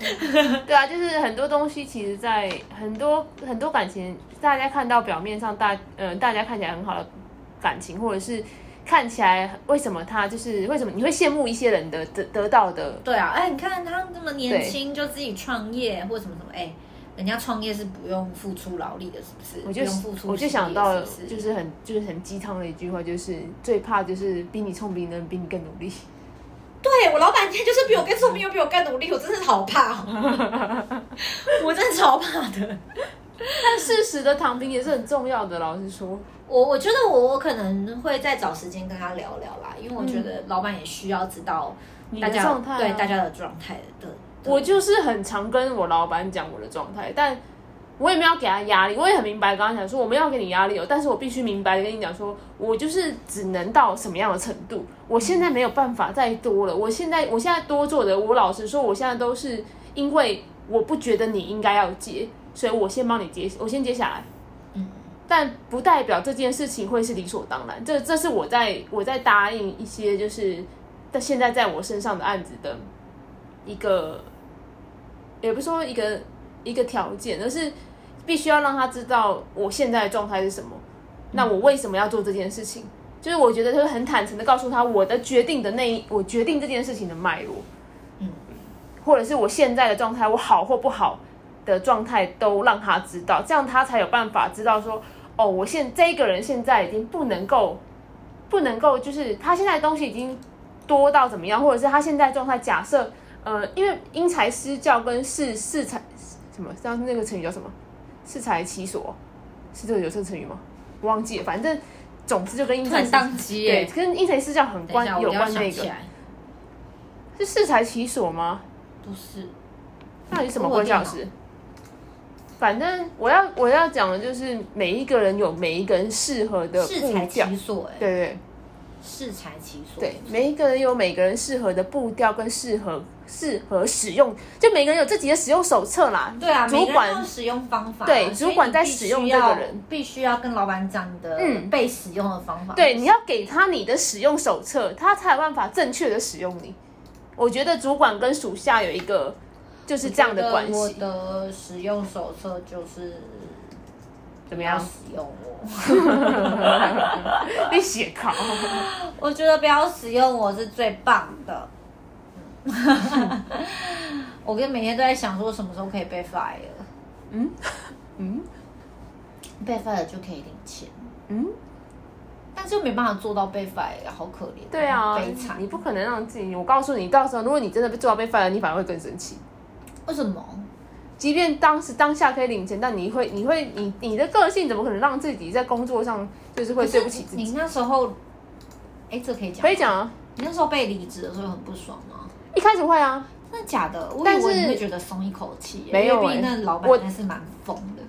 Speaker 2: 对啊，就是很多东西，其实，在很多很多感情，大家看到表面上大，呃，大家看起来很好的感情，或者是看起来为什么他就是为什么你会羡慕一些人的得得到的，
Speaker 1: 对啊，哎，你看他这么年轻就自己创业或什么什么，哎，人家创业是不用付出劳力的，是不是？
Speaker 2: 我就
Speaker 1: 不用付出
Speaker 2: 我就想到了，
Speaker 1: 心力是
Speaker 2: 就
Speaker 1: 不是
Speaker 2: 是很就是很鸡汤的一句话，就是最怕就是比你聪明的人比你更努力。
Speaker 1: 对我老板今天就是比我更聪明，又比我更努力，我真是好怕哦， 我真的超怕的。
Speaker 2: 但事实的躺平也是很重要的，老实说，
Speaker 1: 我我觉得我我可能会再找时间跟他聊聊啦，因为我觉得老板也需要知道
Speaker 2: 你
Speaker 1: 大
Speaker 2: 的
Speaker 1: 家、
Speaker 2: 嗯状态、啊、
Speaker 1: 对大家的状态的。
Speaker 2: 我就是很常跟我老板讲我的状态，但我也没有给他压力，我也很明白跟他讲说我没有给你压力哦，但是我必须明白的跟你讲说，我就是只能到什么样的程度，我现在没有办法再多了，我现在我现在多做的，我老实说，我现在都是因为我不觉得你应该要接，所以我先帮你接，我先接下来。
Speaker 1: 嗯，
Speaker 2: 但不代表这件事情会是理所当然。这这是我在我在答应一些就是但现在在我身上的案子的一个，也不是说一个一个条件，而是必须要让他知道我现在的状态是什么。那我为什么要做这件事情？就是我觉得就是很坦诚的告诉他我的决定的那一，我决定这件事情的脉络，
Speaker 1: 嗯，
Speaker 2: 或者是我现在的状态，我好或不好的状态都让他知道，这样他才有办法知道说，哦，我现这一个人现在已经不能够，不能够，就是他现在的东西已经多到怎么样，或者是他现在的状态，假设，呃，因为因材施教跟适适才什么，当时那个成语叫什么？适才其所，是这个有这个成语吗？我忘记了，反正总之就跟因
Speaker 1: 突
Speaker 2: 材
Speaker 1: 然
Speaker 2: 施
Speaker 1: 宕机
Speaker 2: 对，
Speaker 1: 耶，
Speaker 2: 跟因材施教很
Speaker 1: 等一下我
Speaker 2: 关有
Speaker 1: 一定要
Speaker 2: 关
Speaker 1: 想
Speaker 2: 那
Speaker 1: 起
Speaker 2: 个，
Speaker 1: 来，
Speaker 2: 是适才其所吗？
Speaker 1: 不是
Speaker 2: 到底什么
Speaker 1: 我有
Speaker 2: 关系老
Speaker 1: 电脑
Speaker 2: 师？反正我要我要讲的就是每一个人有每一个人适合的
Speaker 1: 适
Speaker 2: 步
Speaker 1: 才
Speaker 2: 调，
Speaker 1: 其所哎，
Speaker 2: 对对
Speaker 1: 适才其所，
Speaker 2: 对，每一个人有每个人适合的步调跟适合适合使用，就每个人有自己的使用手册啦。
Speaker 1: 对啊，
Speaker 2: 主
Speaker 1: 每个人都有
Speaker 2: 管
Speaker 1: 使用方法啊，
Speaker 2: 对
Speaker 1: 所以
Speaker 2: 主管
Speaker 1: 你
Speaker 2: 在
Speaker 1: 必须
Speaker 2: 使用这个
Speaker 1: 要
Speaker 2: 人，
Speaker 1: 必须要跟老板讲你的
Speaker 2: 嗯
Speaker 1: 被使用的方法，
Speaker 2: 对，你要给他你的使用手册，他才有办法正确的使用你。我觉得主管跟属下有一个就是这样的关
Speaker 1: 我
Speaker 2: 系，
Speaker 1: 的使用手册就是
Speaker 2: 怎么
Speaker 1: 要
Speaker 2: 样？
Speaker 1: 使用我。
Speaker 2: 你写考。
Speaker 1: 我觉得不要使用我是最棒的。 我跟每天都在想说什么时候可以被 fire，
Speaker 2: 嗯嗯
Speaker 1: 被 fire 就可以领钱，
Speaker 2: 嗯，
Speaker 1: 但是又没办法做到被 fire，好可怜，
Speaker 2: 对啊，
Speaker 1: 悲惨
Speaker 2: 你。不可能让自己。我告诉你，到时候如果你真的被做到被 fire，你反而会更生气。
Speaker 1: 为什么？
Speaker 2: 即便当时当下可以领钱，但你会，你会，你你的个性怎么可能让自己在工作上就是会对不起自己？
Speaker 1: 你那时候，哎，这可以讲吗
Speaker 2: 可以，讲啊，
Speaker 1: 你那时候被离职的时候很不爽吗？
Speaker 2: 一开始会啊，
Speaker 1: 真的假的？我
Speaker 2: 但
Speaker 1: 以
Speaker 2: 是
Speaker 1: 为你会觉得松一口气耶，
Speaker 2: 没有
Speaker 1: 因为毕竟
Speaker 2: 哎
Speaker 1: 那老板
Speaker 2: 我
Speaker 1: 还是蛮疯的，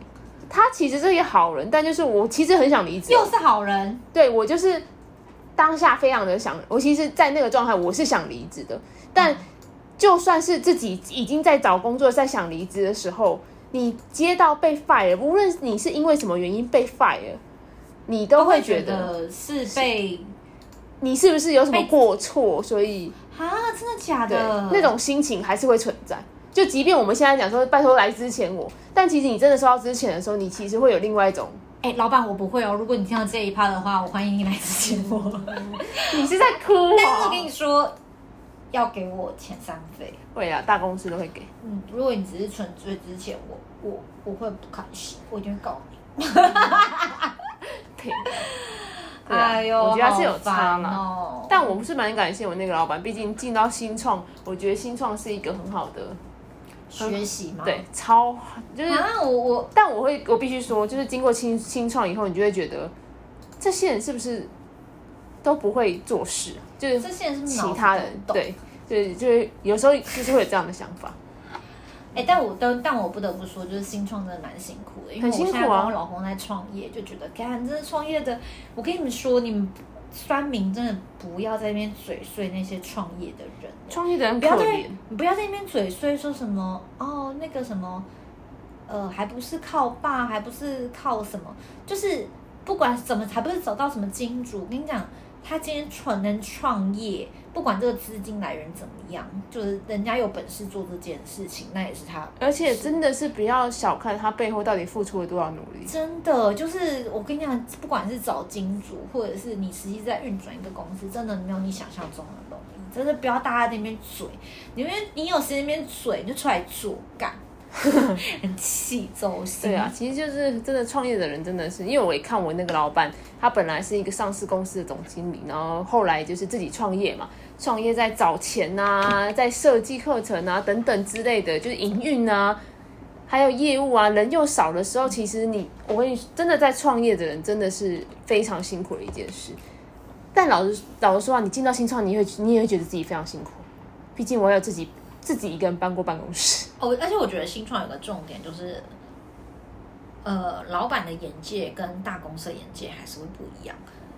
Speaker 2: 他其实是一个好人，但就是我其实很想离职，
Speaker 1: 又是好人，
Speaker 2: 对我就是当下非常的想，我其实，在那个状态我是想离职的，但就算是自己已经在找工作，在想离职的时候，你接到被 fire，无论你是因为什么原因被 fire，你都会觉得
Speaker 1: 得是被
Speaker 2: 你是不是有什么过错，所以
Speaker 1: 啊，真的假
Speaker 2: 对
Speaker 1: 的？
Speaker 2: 那种心情还是会存在。就即便我们现在讲说拜托来之前我，但其实你真的收到之前的时候，你其实会有另外一种，
Speaker 1: 哎、老板，我不会哦。如果你听到这一趴的话，我欢迎你来支持 我。
Speaker 2: 你是在哭、哦。
Speaker 1: 但是我跟你说，要给我遣散费。
Speaker 2: 会啊，大公司都会给。
Speaker 1: 嗯，如果你只是纯粹之前，我我我会不开心，我一定会告你。
Speaker 2: 对 啊
Speaker 1: 哎呦，
Speaker 2: 我觉得是有
Speaker 1: 好
Speaker 2: 差
Speaker 1: 烦
Speaker 2: 啦
Speaker 1: 哦。
Speaker 2: 但我是蛮感谢我那个老板，毕竟进到新创，我觉得新创是一个很好的，
Speaker 1: 学习嘛，
Speaker 2: 对，超就是，
Speaker 1: 啊，我我
Speaker 2: 但我会我必须说，就是经过新新创以后，你就会觉得这些人是不是都不会做事，就是
Speaker 1: 这些人是不是
Speaker 2: 其
Speaker 1: 脑子
Speaker 2: 他
Speaker 1: 不
Speaker 2: 人
Speaker 1: 懂
Speaker 2: 对，就是就是有时候就是会有这样的想法，
Speaker 1: 哎、但我但但我不得不说，就是新创真的蛮辛苦的，因为
Speaker 2: 很
Speaker 1: 我
Speaker 2: 辛
Speaker 1: 现
Speaker 2: 苦啊
Speaker 1: 在帮我老公在创业，就觉得，干，真的创业的，我跟你们说，你们酸民真的不要在那边嘴碎那些创业的人了，
Speaker 2: 创业的人
Speaker 1: 不
Speaker 2: 可
Speaker 1: 要在
Speaker 2: 怜，
Speaker 1: 你不要在那边嘴碎说什么哦那个什么，呃还不是靠爸，还不是靠什么，就是不管怎么，还不是走到什么金主。我跟你讲，他今天创能创业，不管这个资金来源怎么样，就是人家有本事做这件事情，那也是他
Speaker 2: 而且真的是不要小看他背后到底付出了多少努力。
Speaker 1: 真的就是我跟你讲，不管是找金主，或者是你实际在运转一个公司，真的没有你想象中的容易。真的不要大家在那边嘴，你们你有时间那边嘴，你就出来做 干，很气走心。
Speaker 2: 对啊，，其实就是真的创业的人真的是，因为我也看我那个老板，他本来是一个上市公司的总经理，然后后来就是自己创业嘛，创业在找钱呐、在设计课程啊等等之类的，就是营运啊，还有业务啊，人又少的时候，其实你我跟你说真的在创业的人真的是非常辛苦的一件事。但老实老实说啊，你进到新创，你会你也会觉得自己非常辛苦，毕竟我有自己自己一个人搬过办公室。
Speaker 1: 哦，而且我觉得新创有个重点就是，呃，老板的眼界跟大公司的眼界还是会不一样，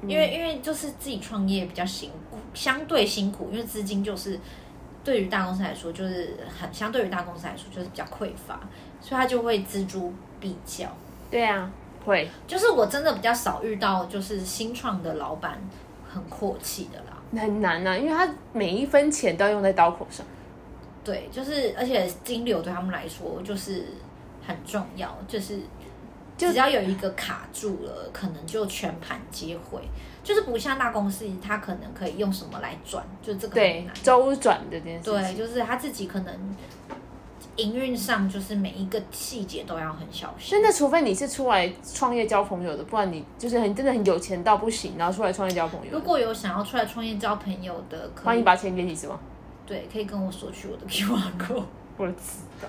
Speaker 1: 因为因为就是自己创业比较辛苦，相对辛苦，因为资金就是对于大公司来说就是很相对于大公司来说就是比较匮乏，所以他就会锱铢必较。
Speaker 2: 对啊，会。
Speaker 1: 就是我真的比较少遇到就是新创的老板很阔气的啦。
Speaker 2: 很难呐、因为他每一分钱都要用在刀口上。
Speaker 1: 对，就是而且金流对他们来说就是很重要，就是只要有一个卡住了，可能就全盘皆毁，就是不像大公司，他可能可以用什么来转，就这个很
Speaker 2: 对
Speaker 1: 难。，
Speaker 2: 周转这件事
Speaker 1: 对，
Speaker 2: 情。
Speaker 1: 就是他自己可能营运上就是每一个细节都要很小心
Speaker 2: 真。的，除非你是出来创业交朋友的，不然你就是很真的很有钱到不行，然后出来创业交朋友的。
Speaker 1: 如果有想要出来创业交朋友的，可
Speaker 2: 欢
Speaker 1: 以
Speaker 2: 迎把钱给你是吗？
Speaker 1: 对，可以跟我索取我的 QR code。
Speaker 2: 我知道。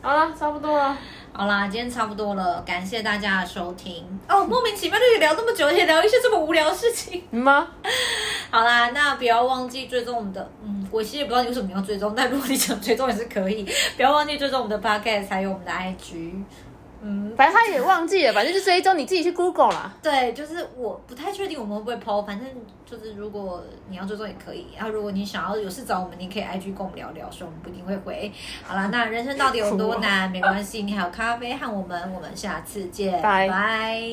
Speaker 2: 好了，差不多了。
Speaker 1: 好啦，今天差不多了，感谢大家的收听。哦，莫名其妙就聊这么久，而且聊一些这么无聊的事情。
Speaker 2: 嗯吗？
Speaker 1: 好啦，那不要忘记追踪我们的，嗯，我其实也不知道你为什么你要追踪，但如果你想追踪也是可以。 不要忘记追踪我们的 podcast，还有我们的 IG。嗯，
Speaker 2: 反正他也忘记了，反正就追踪你自己去 Google 啦。
Speaker 1: 对，就是我不太确定我们会不会 PO，反正就是如果你要追踪也可以，然后如果你想要有事找我们，你可以 IG 跟我们聊聊，所以我们不一定会回。好啦，那人生到底有多难？没关系，你还有咖啡和我们，我们下次见，
Speaker 2: 拜
Speaker 1: 拜